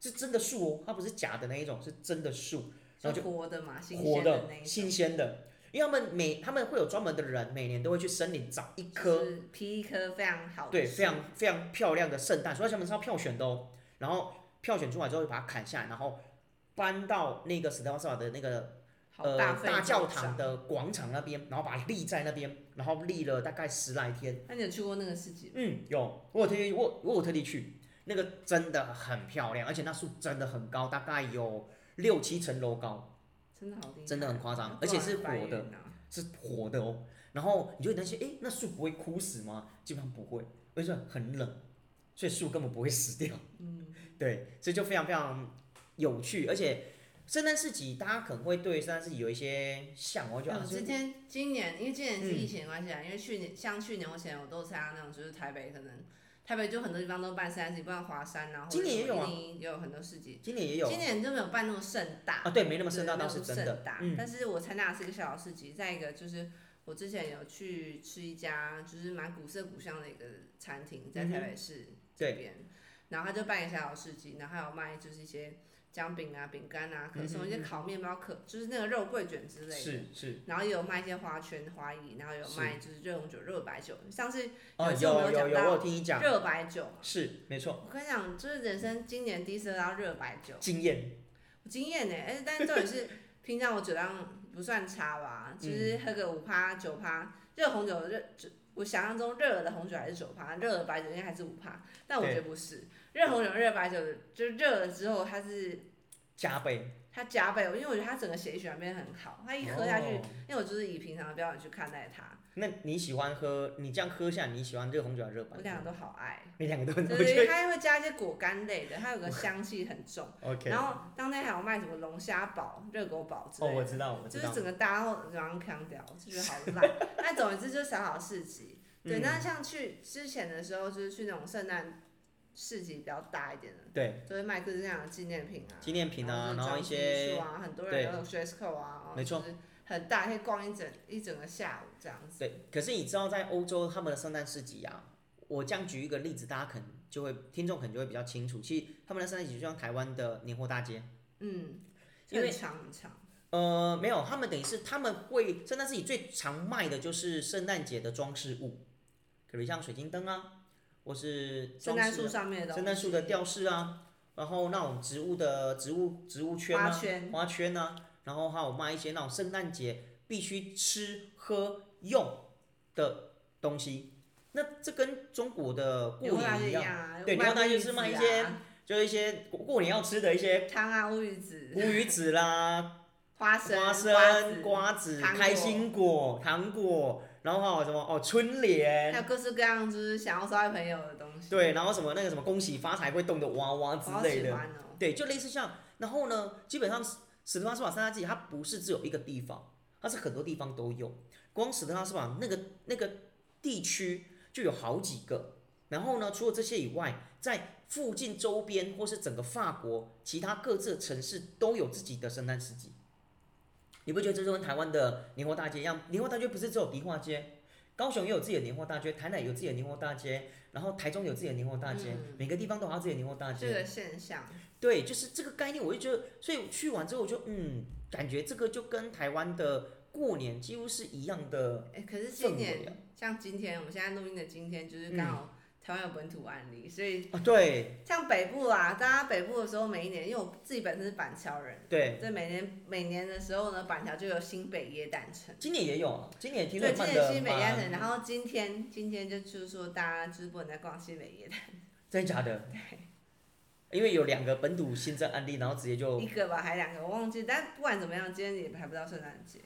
S2: 是真的树哦，它不是假的那一种，是真的树。然后
S1: 就活的嘛，新
S2: 活
S1: 鲜的
S2: 的
S1: 那一、
S2: 新
S1: 种，
S2: 鲜的，因为他们每他们会有专门的人，每年都会去森林找一
S1: 就
S2: 棵，
S1: 是皮一颗非常好的树，
S2: 对，非常非常漂亮的圣诞树，而且他们是要票选的哦。然后票选出来之后，就把它砍下来，然后搬到那个史蒂芬斯瓦的那个
S1: 好
S2: 呃
S1: 费
S2: 大教
S1: 工
S2: 堂
S1: 长。
S2: 的广场那边，然后把它立在那边，然后立了大概十来天。
S1: 那你有去过那个市集吗？
S2: 嗯，有，我有特地我我有特地去，那个真的很漂亮，而且那树真的很高，大概有六七层楼高。
S1: 真的好厉害，啊
S2: 真的很夸张而且是活的是活的哦。然后你就会担心，诶，那树不会枯死吗？基本上不会，而且很冷，所以树根本不会死掉。
S1: 嗯，
S2: <laughs> 对，所以就非常非常有趣，而且圣诞市集大家可能会对圣诞市集有一些向往，就
S1: 哎
S2: 啊
S1: 我，
S2: 就
S1: 今天今年因为今年是疫情的关系啊，因为去年像去年我前我都参加那种就是台北可能台北就很多地方都办三十，不然华山啊，或者
S2: 今年也有啊
S1: 什么一零一也有很多市集，
S2: 今年也有
S1: 今年就没有办那么盛大
S2: 啊，对，没那
S1: 那
S2: 么盛大，倒是真的
S1: 盛大，
S2: 嗯
S1: 但是我参加的是一个小小市集，再一个就是我之前有去吃一家就是蛮古色古香的一个餐厅，在台北市这
S2: 嗯对
S1: 边，然后他就办一个小小市集，然后还有卖就是一些姜饼啊、饼干啊，可
S2: 嗯哼
S1: 什么一些烤面包、可就是那个肉桂卷之类的。
S2: 是是
S1: 然后也有卖一些花圈、花艺，然后有卖就是热红酒、热白酒。上次
S2: 哦，
S1: 有时候我
S2: 有
S1: 们有讲
S2: 有有，
S1: 到
S2: 我有听你讲，
S1: 热白酒嘛，
S2: 是没错，
S1: 我跟你讲，就是人生今年第一次喝到热白酒，
S2: 经验
S1: 我惊艳呢。而且但是重点是，平常我酒量不算差吧，其实喝个五趴九趴，热红酒热就我想象中热的红酒还是九趴，热的白酒应该还是五趴，但我觉得不是，热红酒、热白酒就热了之后，它是
S2: 加倍，
S1: 它加倍，因为我觉得它整个血液循环变得很好，它一喝下去，
S2: 哦
S1: 因为我就是以平常的标准去看待它，
S2: 那你喜欢喝？你这样喝下来，你喜欢热红酒还是热白
S1: 我
S2: 酒 <laughs>
S1: 两？个都好爱。
S2: 你两个都，
S1: 对
S2: <laughs> 我
S1: 对，
S2: 觉得
S1: 它会加一些果干类的，它有个香气很重。
S2: <laughs> OK。
S1: 然后当天还有卖什么龙虾堡、热狗堡之类
S2: 哦，
S1: 的。
S2: 我知道，我
S1: 就
S2: 知
S1: 是
S2: 道。
S1: 整个大家都然后扛掉，我就觉得好
S2: <laughs>
S1: 烂。那总而言之就是小小市集，对。
S2: 嗯
S1: 那像去之前的时候，就是去那种圣诞市集比较大一点的，
S2: 对，
S1: 就会卖各式各样的纪念品啊，
S2: 纪念品啊，
S1: 然
S2: 然后
S1: 后
S2: 一
S1: 就是装饰艺
S2: 些
S1: 术啊，很多
S2: 对
S1: 人都有 dress code 啊，
S2: 没错，
S1: 很大，可以逛一整一整个下午这样子。
S2: 对，可是你知道，在欧洲他们的圣诞市集啊，我这样举一个例子，大家可能就会听众可能就会比较清楚。其实他们的圣诞市集就像台湾的年货大街，
S1: 嗯，
S2: 因为
S1: 很长很长，
S2: 呃，没有，他们等于是他们会圣诞市集最常卖的就是圣诞节的装饰物，比如像水晶灯啊，或是
S1: 圣
S2: 装
S1: 诞
S2: 饰
S1: 树
S2: 的
S1: 上面的东西
S2: 圣诞树的吊饰啊，然后那种植物的植物植物圈
S1: 花
S2: 啊，
S1: 圈，
S2: 花圈呐、然后还有卖一些那种圣诞节必须吃喝用的东西。那这跟中国的过
S1: 牛肉大
S2: 年
S1: 街
S2: 一
S1: 一
S2: 样，
S1: 样啊，
S2: 对牛肉大街就是
S1: 卖
S2: 卖
S1: 乌鱼
S2: 一
S1: 子
S2: 些
S1: 啊
S2: 就是一些过过年要吃的一些
S1: 汤啊、乌鱼子
S2: 乌、鱼子啦、
S1: 花生、
S2: 花
S1: 子
S2: 生、瓜子、
S1: 糖果
S2: 开心果、糖果，然后还有什么哦春
S1: 还
S2: 联，
S1: 有各式各样就是想要招待朋友的东西。
S2: 对，然后什么那个什么恭喜发财会动的娃娃之
S1: 我好
S2: 类
S1: 喜
S2: 的，
S1: 欢哦。
S2: 对，就类似像，然后呢，基本上史史特拉斯堡三大祭它不是只有一个地方，它是很多地方都有。光史特拉斯堡那个那个地区就有好几个，然后呢，除了这些以外，在附近周边或是整个法国其他各自的城市都有自己的圣诞市集。你不觉得这就跟台湾的年货大街一样？年货大街不是只有迪化街，高雄也有自己的年货大街，台南有自己的年货大街，然后台中有自己的年货大街，每个地方都有它自己的年货大街。
S1: 这个现象，
S2: 对，就是这个概念，我就觉得，所以去完之后，我就嗯，感觉这个就跟台湾的过年几乎是一样的
S1: 哎、可是
S2: 氛
S1: 今
S2: 围
S1: 年
S2: 啊。嗯
S1: 像今天我们现在录音的今天，就是刚好台湾有本土案例，所以
S2: 啊，对
S1: 像北部啊，大家北部的时候，每一年，因为我自己本身是板桥人，
S2: 对，
S1: 所以每年每年的时候呢，板桥就有新北耶诞城。
S2: 今年也有，啊，今年也听
S1: 对，
S2: 说
S1: 今
S2: 办
S1: 年
S2: 的
S1: 新北耶诞城，
S2: 蛮，
S1: 然后今天今天就就是说大家就是不能再逛新北耶诞，
S2: 真的假的？因为有两个本土新增案例，然后直接就
S1: 一个吧还两个我忘记，但不管怎么样，今天也还不到圣诞节，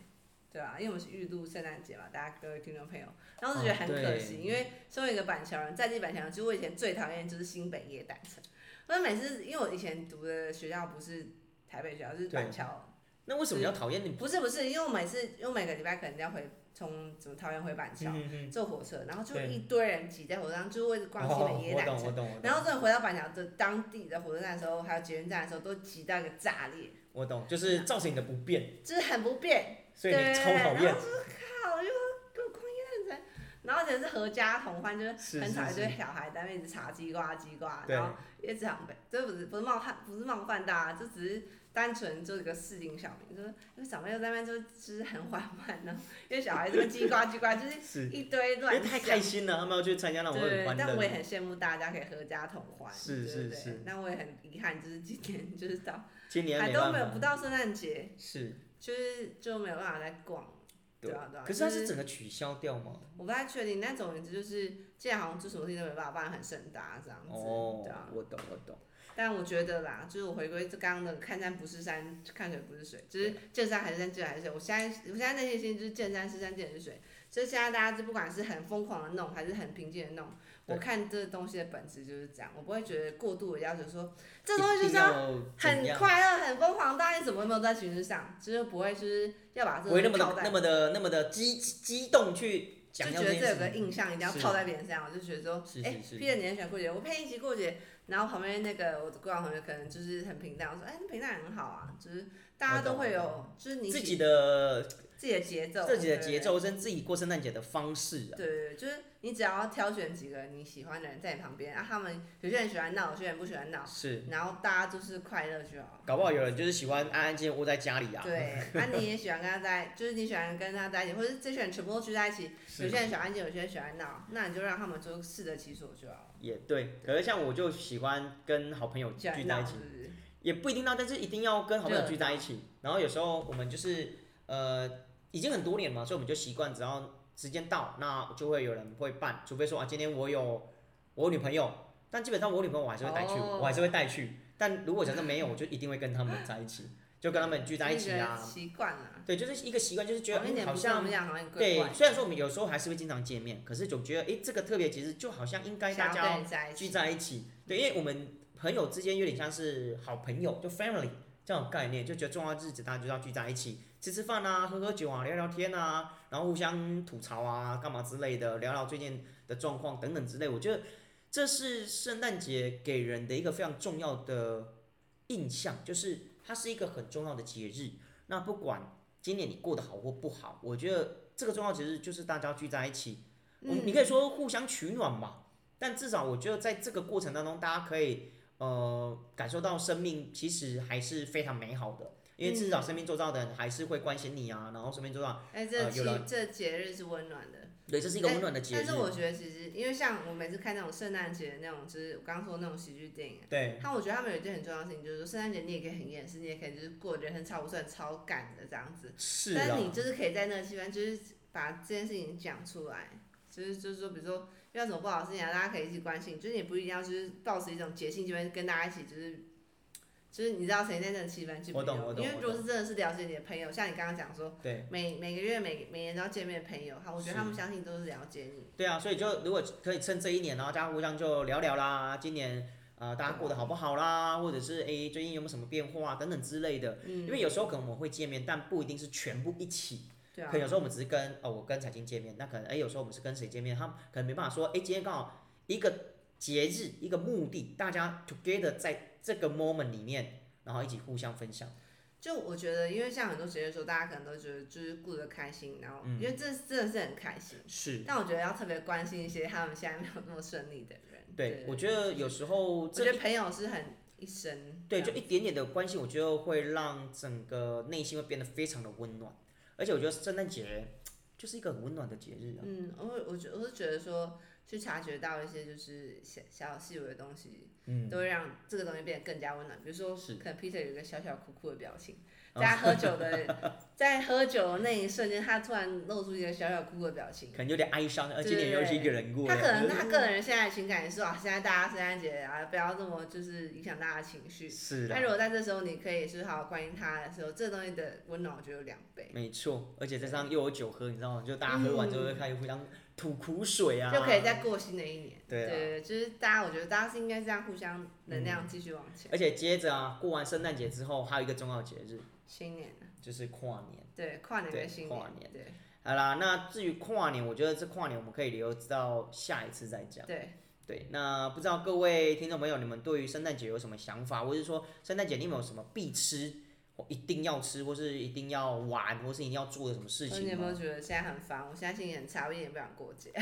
S1: 对啊，因为我们是预录圣诞节嘛，大家各位听众朋友，然后我就觉得
S2: 哦
S1: 很可
S2: 对
S1: 惜，因为身为一个板桥人，在地板桥人，其实我以前最讨厌就是新北耶诞城，我每次因为我以前读的学校不是台北学校，是板
S2: 对
S1: 桥
S2: 那为什么要讨厌你？
S1: 不是不是，因为我每次因为我每个礼拜可能要回从怎么桃园回板桥、
S2: 嗯嗯
S1: 坐火车，然后就
S2: 对
S1: 一堆人挤在火车上，就是为了
S2: 嗯
S1: 逛西
S2: 哦
S1: 北耶
S2: 我
S1: 诞
S2: 懂，
S1: 城。
S2: 我懂，我
S1: 然
S2: 懂，
S1: 后真的回到板桥的当地的火车站的时候，还有捷运站的时候，都挤到一个炸裂，
S2: 我懂，就是造成你的不便，
S1: 就是很不便。
S2: 所以你
S1: 对
S2: 超讨
S1: 然
S2: 厌
S1: 后。靠，又给我逛夜蛋城，然后而且是合家同欢，就是
S2: 是
S1: 很
S2: 是
S1: 讨厌一堆
S2: 是，
S1: 小孩在那边一直吵叽呱叽呱，
S2: 对
S1: 然后一直很被，这不是不是冒犯，不是冒犯大家，就只是单纯做一个市井小民，就是因为长辈又在那边就是就是很缓慢然后因为小孩这边叽呱叽呱，就是
S2: 是，
S1: 一堆
S2: 因
S1: 乱
S2: 为
S1: 讲。
S2: 太开心了，他们要去参加那种会很
S1: 对，
S2: 欢
S1: 但我也
S2: 乐。
S1: 很羡慕大家可以合家同欢，
S2: 是
S1: 对
S2: 是
S1: 对
S2: 是
S1: 但我也很遗憾，就是今年就是到
S2: 今年
S1: 还
S2: 没
S1: 都
S2: 办
S1: 没有不
S2: 法，
S1: 到圣诞节，
S2: 是，
S1: 就是就没有办法再逛了。
S2: 对
S1: 对啊对啊。
S2: 可是
S1: 就
S2: 它是整个取消掉吗？
S1: 我不太确定，但总而言之就是，现在好像做什么事情都没办法办得很盛大这样子，
S2: 哦
S1: 对啊，。
S2: 我懂，我懂。
S1: 但我觉得啦，就是我回归这刚刚的看山不是山，看水不是水，就是见山还是山，见水还是水。我现在我现在内心就是见山是山，见水是水。所以现在大家就不管是很疯狂的弄，还是很平静的弄，
S2: 对
S1: 我看这东西的本质就是这样，我不会觉得过度的要求说这
S2: 一
S1: 东西就
S2: 定
S1: 是要
S2: 要怎
S1: 很
S2: 样
S1: 快乐、很疯狂，大家怎么没有在形式上，就是不会就是要把这
S2: 不
S1: 个
S2: 会那
S1: 东西
S2: 么
S1: 套
S2: 的、那
S1: 在。
S2: 么的、那么的激激动去
S1: 就
S2: 讲
S1: 觉
S2: 到
S1: 得
S2: 件
S1: 这有
S2: 事
S1: 个
S2: 情。
S1: 印象一定要
S2: 是
S1: 套在别人身上，我就觉得说
S2: 是，是
S1: 哎
S2: 是
S1: ，Peter 你很喜欢过节，我陪你一起过节。然后旁边那个我的国港同学可能就是很平淡，我说，哎，平淡很好啊，就是大家
S2: 我懂
S1: 都会
S2: 我
S1: 有，就是你
S2: 自
S1: 喜
S2: 己的
S1: 自己的节奏，
S2: 自己的
S1: 对
S2: 节。奏，跟自己过圣诞节的方式啊，
S1: 对对对，就是你只要挑选几个你喜欢的人在你旁边，啊，他们有些人喜欢闹，有些人不喜欢闹，
S2: 是，
S1: 然后大家就是快乐就好。
S2: 搞不好有人就是喜欢安安静静窝在家里啊，
S1: 对，那、你也喜欢跟他在，就是你喜欢跟他在一起，或者是这些人全部都聚在一起，有
S2: 是
S1: 些人喜欢安静，有些人喜欢闹，那你就让他们就适得其所就好了。
S2: 也对。可是像我就喜欢跟好朋友
S1: 喜
S2: 聚
S1: 欢
S2: 在
S1: 闹
S2: 一起
S1: 是，不是？
S2: 也不一定闹，但是一定要跟好朋友
S1: 对
S2: 聚在一起。然后有时候我们就是呃，已经很多年嘛，所以我们就习惯，只要时间到，那就会有人会办，除非说啊，今天我有我有女朋友，但基本上我女朋友我还是会带去，
S1: 哦
S2: 我还是会带去。但如果假设没有，我就一定会跟他们在
S1: <laughs>
S2: 一起，就跟他们聚在一起
S1: 就是
S2: 啊。
S1: 习惯了，
S2: 对，就是一个习惯，就是觉得
S1: 好一
S2: 嗯
S1: 点
S2: 好
S1: 不是我
S2: 像
S1: 们讲好像很怪怪
S2: 对，虽然说我们有时候还是会经常见面，可是总觉得诶，这个特别节日就好像应该大
S1: 想
S2: 家
S1: 要跟人在一
S2: 聚
S1: 起，
S2: 在一起。对，因为我们朋友之间有点像是好朋友，就 family 这种概念，就觉得重要日子大家就要聚在一起，吃吃饭啊，喝喝酒啊，聊聊天啊，然后互相吐槽啊，干嘛之类的，聊啊聊最近的状况等等之类。我觉得这是圣诞节给人的一个非常重要的印象，就是它是一个很重要的节日。那不管今年你过得好或不好，我觉得这个重要节日就是大家聚在一起，
S1: 嗯
S2: 我们你可以说互相取暖嘛，但至少我觉得在这个过程当中，大家可以呃感受到生命其实还是非常美好的，因为至少
S1: 嗯
S2: 身边周遭的人还是会关心你啊，然后身边周遭，
S1: 哎，这
S2: 呃有
S1: 节
S2: 人
S1: 这节日是温暖的。
S2: 对，这是一个温暖的节
S1: 但
S2: 日
S1: 是，我觉得其实，因为像我每次看那种圣诞节的那种，就是我刚刚说的那种喜剧电影啊，
S2: 对，
S1: 他我觉得他们有一件很重要的事情，就是说圣诞节你也可以很掩饰，你也可以就是过人生超不算超赶的这样子。
S2: 是
S1: 但
S2: 啊
S1: 是，你就是可以在那个气氛，就是把这件事情讲出来，就是就是说，比如说遇到什么不好的事情啊，大家可以一起关心，就是也不一定要就是抱持一种节庆气氛跟大家一起，就是就是你知道谁在那个气氛去
S2: 我懂
S1: 朋友
S2: 我懂
S1: 因为
S2: 我
S1: 如果
S2: 懂
S1: 是真的是了解你的朋友，像你刚刚讲说
S2: 对
S1: 每每个月每每年都要见面的朋友，哈，我觉得
S2: 是
S1: 他们相信都是了解你。
S2: 对啊，所以就如果可以趁这一年，然后大家互相就聊聊啦，今年呃大家过得好不好啦，或者是诶最近有没有什么变化啊等等之类的，
S1: 嗯
S2: 因为有时候可能我们会见面，但不一定是全部一起。
S1: 对啊
S2: 可能，有时候我们只是跟哦，我跟彩金见面，那可能哎，有时候我们是跟谁见面，他们可能没办法说，哎，今天刚好一个节日一个目的，大家 together 在这个 moment 里面，然后一起互相分享。
S1: 就我觉得，因为像很多节日的时候，大家可能都觉得就是顾得开心，然
S2: 嗯
S1: 后因为这真的是很开心，
S2: 是，
S1: 但我觉得要特别关心一些他们现在没有那么顺利的人。
S2: 对，我觉得有时候
S1: 我觉
S2: 这
S1: 得朋友是很一生
S2: 对
S1: 这样
S2: 就一点点的关系，我觉得会让整个内心会变得非常的温暖。而且我觉得圣诞节就是一个很温暖的节日啊。
S1: 嗯，我我觉我是觉得说，去察觉到一些就是小小细微的东西，
S2: 嗯，
S1: 都会让这个东西变得更加温暖。比如说，
S2: 是
S1: 可能 Peter 有一个小小哭哭的表情，
S2: 哦
S1: 在他喝酒的 <laughs> 在喝酒的那一瞬间，他突然露出一个小小哭哭的表情
S2: 可。能有点哀伤，而
S1: 对
S2: 今年又是一个人过
S1: 他
S2: 了。
S1: 可能他个人现在的情感也是啊，现在大家圣诞节啊，不要这么就是影响大家情绪。
S2: 是
S1: 但
S2: 啦，
S1: 如果在这时候你可以是好好关心他的时候，这东西的温暖我觉得有两倍。
S2: 没错，而且再加上又有酒喝，你知道吗？就大家喝完之后会开始互相吐苦水啊，
S1: 嗯就可以再过新的一年。
S2: 对啊嗯
S1: 就是大家，我觉得大家是应该这样互相能量继续往前。
S2: 而且接着啊，过完圣诞节之后，还有一个重要节日
S1: 新年，啊
S2: 就是跨年。
S1: 对，跨年
S2: 对
S1: 跟新
S2: 跨年
S1: 对
S2: 好啦，那至于跨年，我觉得这跨年我们可以留到下一次再讲。
S1: 对，
S2: 对，那不知道各位听众朋友，你们对于圣诞节有什么想法，或是说圣诞节你们有什么必吃、或一定要吃，或是一定要玩，或是一定要做的什么事
S1: 所哦以你
S2: 情
S1: 有没有
S2: 吗？
S1: 觉得现在很烦？我现在心情很差，我一点也不想过节，
S2: <laughs>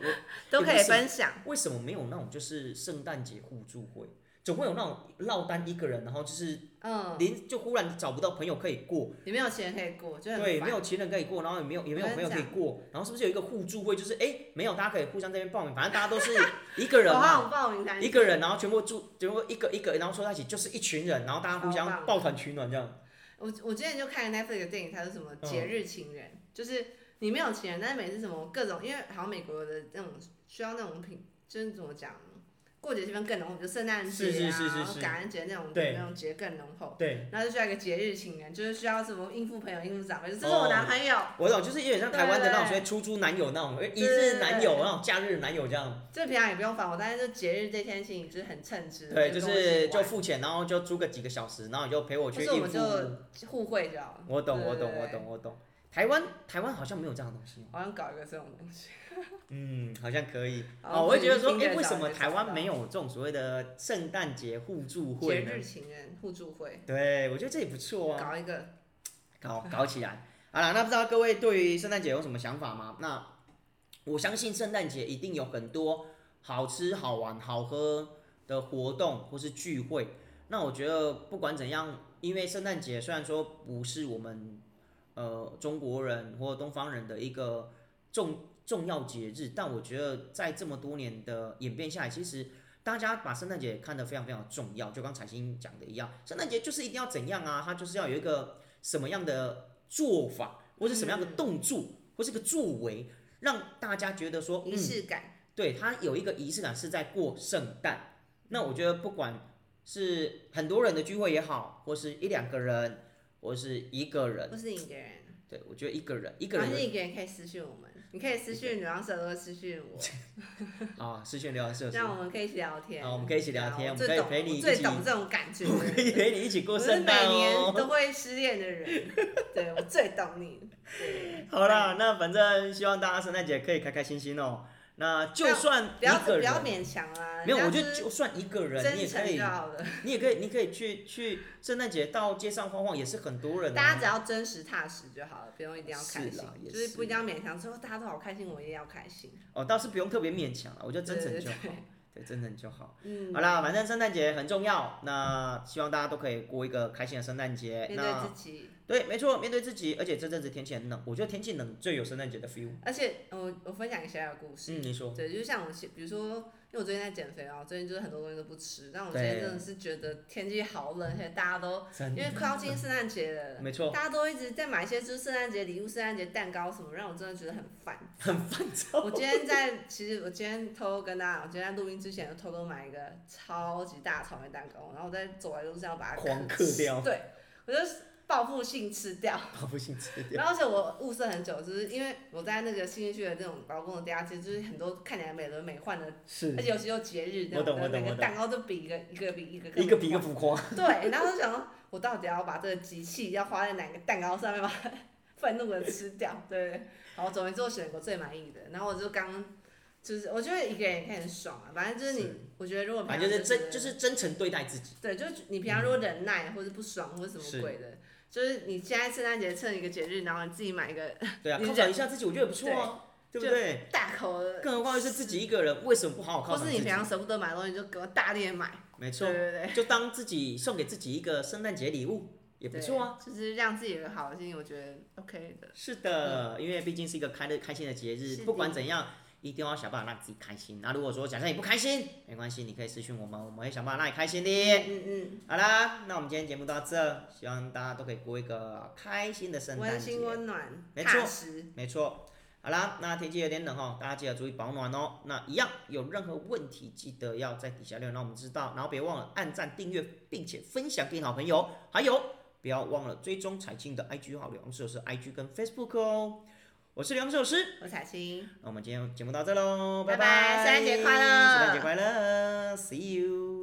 S2: 我
S1: 都可
S2: 也
S1: 以
S2: 不是
S1: 分享。
S2: 为什么没有那种就是圣诞节互助会？总会有那种落单一个人，然后就是
S1: 嗯，
S2: 连就忽然找不到朋友可以过，
S1: 你没有钱可以过，就很
S2: 对，没
S1: 烦。
S2: 有情人可以过，然后也没有也没有
S1: 我跟
S2: 朋友
S1: 你
S2: 可以
S1: 讲
S2: 过，然后是不是有一个互助会？就是哎、诶没有，大家可以互相这边报名，反正大家都是一个
S1: <laughs>
S2: 人
S1: 我好
S2: 嘛，
S1: 想报名单，
S2: 一个人，然后全部住，全部一个一个，然后凑在一起就是一群人，然后大家互
S1: 超
S2: 相
S1: 棒
S2: 抱团取暖这样。
S1: 我我之前就看 Netflix 的电影，它是什么
S2: 嗯
S1: 节日情人，就是你没有情人，但是每次什么各种，因为好像美国的那种需要那种品，就是怎么讲呢，过节气氛更浓厚，就圣诞节啊，
S2: 是是是是
S1: 然后
S2: 是
S1: 感恩节那种
S2: 对
S1: 那种节更浓厚。
S2: 对，
S1: 然后就需要一个节日情人，就是需要什么应付朋友、应付长辈，就这是
S2: 哦
S1: 我男朋友，
S2: 我懂，就是有点像台湾的那种所
S1: 对
S2: 谓出租男友那种，诶一
S1: 对对
S2: 日
S1: 对
S2: 男友那种假日男友这样。
S1: 就平常也不用烦我，但是就节日这天情就是很称职，
S2: 对，就
S1: 跟我一起
S2: 是就
S1: 玩
S2: 付钱，然后就租个几个小时，然后你就陪我
S1: 或
S2: 去
S1: 是我
S2: 应
S1: 们
S2: 付。
S1: 就互惠就好了。
S2: 我懂，
S1: 对
S2: 我懂，
S1: 对
S2: 我懂，我懂。台湾台湾好像没有这样的东西，
S1: 好像搞一个这种东西，
S2: 嗯，好像可以
S1: 好
S2: 哦。我会觉得说，
S1: 听
S2: 哎、
S1: 得
S2: 为
S1: 到
S2: 什么
S1: 听得
S2: 台湾
S1: 到
S2: 没有这种所谓的圣诞节互助
S1: 节
S2: 会呢
S1: 日？情人互助会，
S2: 对，我觉得这也不错啊，
S1: 搞一个
S2: 搞搞起来。好了，那不知道各位对于圣诞节有什么想法吗？那我相信圣诞节一定有很多好吃、好玩、好喝的活动或是聚会。那我觉得不管怎样，因为圣诞节虽然说不是我们呃中国人或东方人的一个重重要节日，但我觉得在这么多年的演变下来，其实大家把圣诞节看得非常非常重要。就刚彩欣讲的一样，圣诞节就是一定要怎样啊，它就是要有一个什么样的做法，或是什么样的
S1: 嗯
S2: 动作，或是个作为，让大家觉得说，
S1: 仪
S2: 嗯，
S1: 式感，
S2: 对，它有一个仪式感是在过圣诞。那我觉得不管是很多人的聚会也好，或是一两个人，或是一个人
S1: 不，是你一个人，
S2: 对我觉得一个人一
S1: 一
S2: 个
S1: 是
S2: 人
S1: 一个人可以私讯我们，你可以私讯女王蛇哥，私讯我，
S2: 啊，私讯聊天社
S1: 这
S2: 是
S1: 样我们可以一起聊天。
S2: 啊我们可以一起聊天
S1: 对啊我最
S2: 我们可以
S1: 懂
S2: 陪你
S1: 我
S2: 一起
S1: 最懂这种感觉。
S2: <laughs> 我可以陪你一起过
S1: 我是
S2: 圣
S1: 每
S2: 诞
S1: 年
S2: 哦。
S1: 都会失恋的
S2: <laughs>
S1: 人，对我最懂你。对
S2: 好啦，那反正希望大家圣诞节可以开开心心哦。那就算
S1: 不要
S2: 一个
S1: 不要
S2: 人，
S1: 勉强啦。
S2: 没有，我
S1: 人
S2: 觉
S1: 家
S2: 得
S1: 就是
S2: 就算一个人，你也
S1: 真
S2: 可
S1: 诚
S2: 以
S1: 就，好了。
S2: 你也可以，你可以去去圣诞节到街上晃晃，也是很多人、啊。
S1: 大家只要真实踏实就好了，不用一定要开
S2: 是
S1: 心
S2: 啦，也
S1: 就是不一
S2: 是
S1: 定要勉强。说大家都好开心，我也要开心。
S2: 哦，倒是不用特别勉强了，我觉得真诚
S1: 对对
S2: 就好，
S1: 对
S2: <laughs> 对，真诚就好。
S1: 嗯，
S2: 好啦，反正圣诞节很重要，那希望大家都可以过一个开心的圣诞节。
S1: 面对
S2: 那
S1: 自己。
S2: 对，没错，面对自己，而且这阵子天气很冷，我觉得天气冷最有圣诞节的 feel。
S1: 而且我我分享一下小故事，
S2: 嗯，你说， <laughs>
S1: 对，就像我现，比如说，因为我最近在减肥啊，我最近就是很多东西都不吃，但我最
S2: 对
S1: 近真的是觉得天气好冷，而且大家都
S2: 真
S1: 因为靠近圣诞节了，
S2: 没错，
S1: 大家都一直在买一些就是圣诞节礼物、圣诞节蛋糕什么，让我真的觉得很烦。
S2: 很烦躁。
S1: 我今天在，其实我今天偷偷跟大家，我今天在录音之前就偷偷买一个超级大的草莓蛋糕，然后我在走在路上把它
S2: 狂
S1: 嗑
S2: 嗑掉
S1: 对我就报复性吃掉。
S2: 报复性吃掉。
S1: 然后而且我物色很久，就是因为我在那个新一区的那种劳工的地下街，就是很多看起来美轮美奂的，
S2: 是
S1: 而且有时候节日
S2: 我
S1: 那
S2: 懂
S1: 种的，
S2: 我懂
S1: 每
S2: 我
S1: 个
S2: 懂
S1: 蛋糕都比一个一个比一个更
S2: 一个比一个 <laughs>
S1: 美
S2: 浮夸，
S1: 奂对，然后我就想说，我到底要把这个机器要花在哪个蛋糕上面，把 <laughs> 它愤怒的吃掉，对不对？好，总而言之，我选我最满意的，然后我就刚就是我觉得一个人也可以很爽啊，反正就是你，
S2: 是
S1: 我觉得如果平
S2: 反
S1: 常
S2: 正就是
S1: 真
S2: 真就是真诚对待自己，
S1: 对，就是你平常如果忍耐或者不爽或者什么
S2: 是
S1: 鬼的，就是你现在圣诞节趁一个节日，然后你自己买一个
S2: 对啊，
S1: 你
S2: 犒
S1: 忍
S2: 赏一下自己，我觉得也不错啊，对不对？
S1: 大口的，
S2: 更何况是自己一个人，为什么不好好
S1: 或
S2: 犒赏
S1: 是
S2: 自
S1: 你
S2: 己
S1: 平？常舍不得买的东西，就给我大力地买，
S2: 没
S1: 对
S2: 错，
S1: 对对，
S2: 就当自己送给自己一个圣诞节礼物也不错啊。
S1: 对，就是让自己有个好心，我觉得 OK 的。
S2: 是的，因为毕竟是一个开的开心的节
S1: 嗯是
S2: 日，
S1: 的
S2: 不管怎样，一定要想办法让自己开心。那如果说假设你不开心，没关系，你可以私讯我们，我们会想办法让你开心的。
S1: 嗯
S2: 好啦，那我们今天节目到这，希望大家都可以过一个开心的圣
S1: 嗯，
S2: 诞
S1: 温
S2: 节
S1: 馨。温暖，
S2: 没
S1: 踏
S2: 错
S1: 实。
S2: 没错，好啦，那天气有点冷哦，大家记得注意保暖哦。那一样有任何问题，记得要在底下留言让我们知道，然后别忘了按赞、订阅，并且分享给你好朋友，还有不要忘了追踪财经的 IG 好刘老师 IG 跟 Facebook 哦。我是刘老师，
S1: 我彩青，
S2: 那我们今天节目到这喽，
S1: 拜拜
S2: 拜，
S1: 圣诞节快乐
S2: 圣诞节快乐，See you。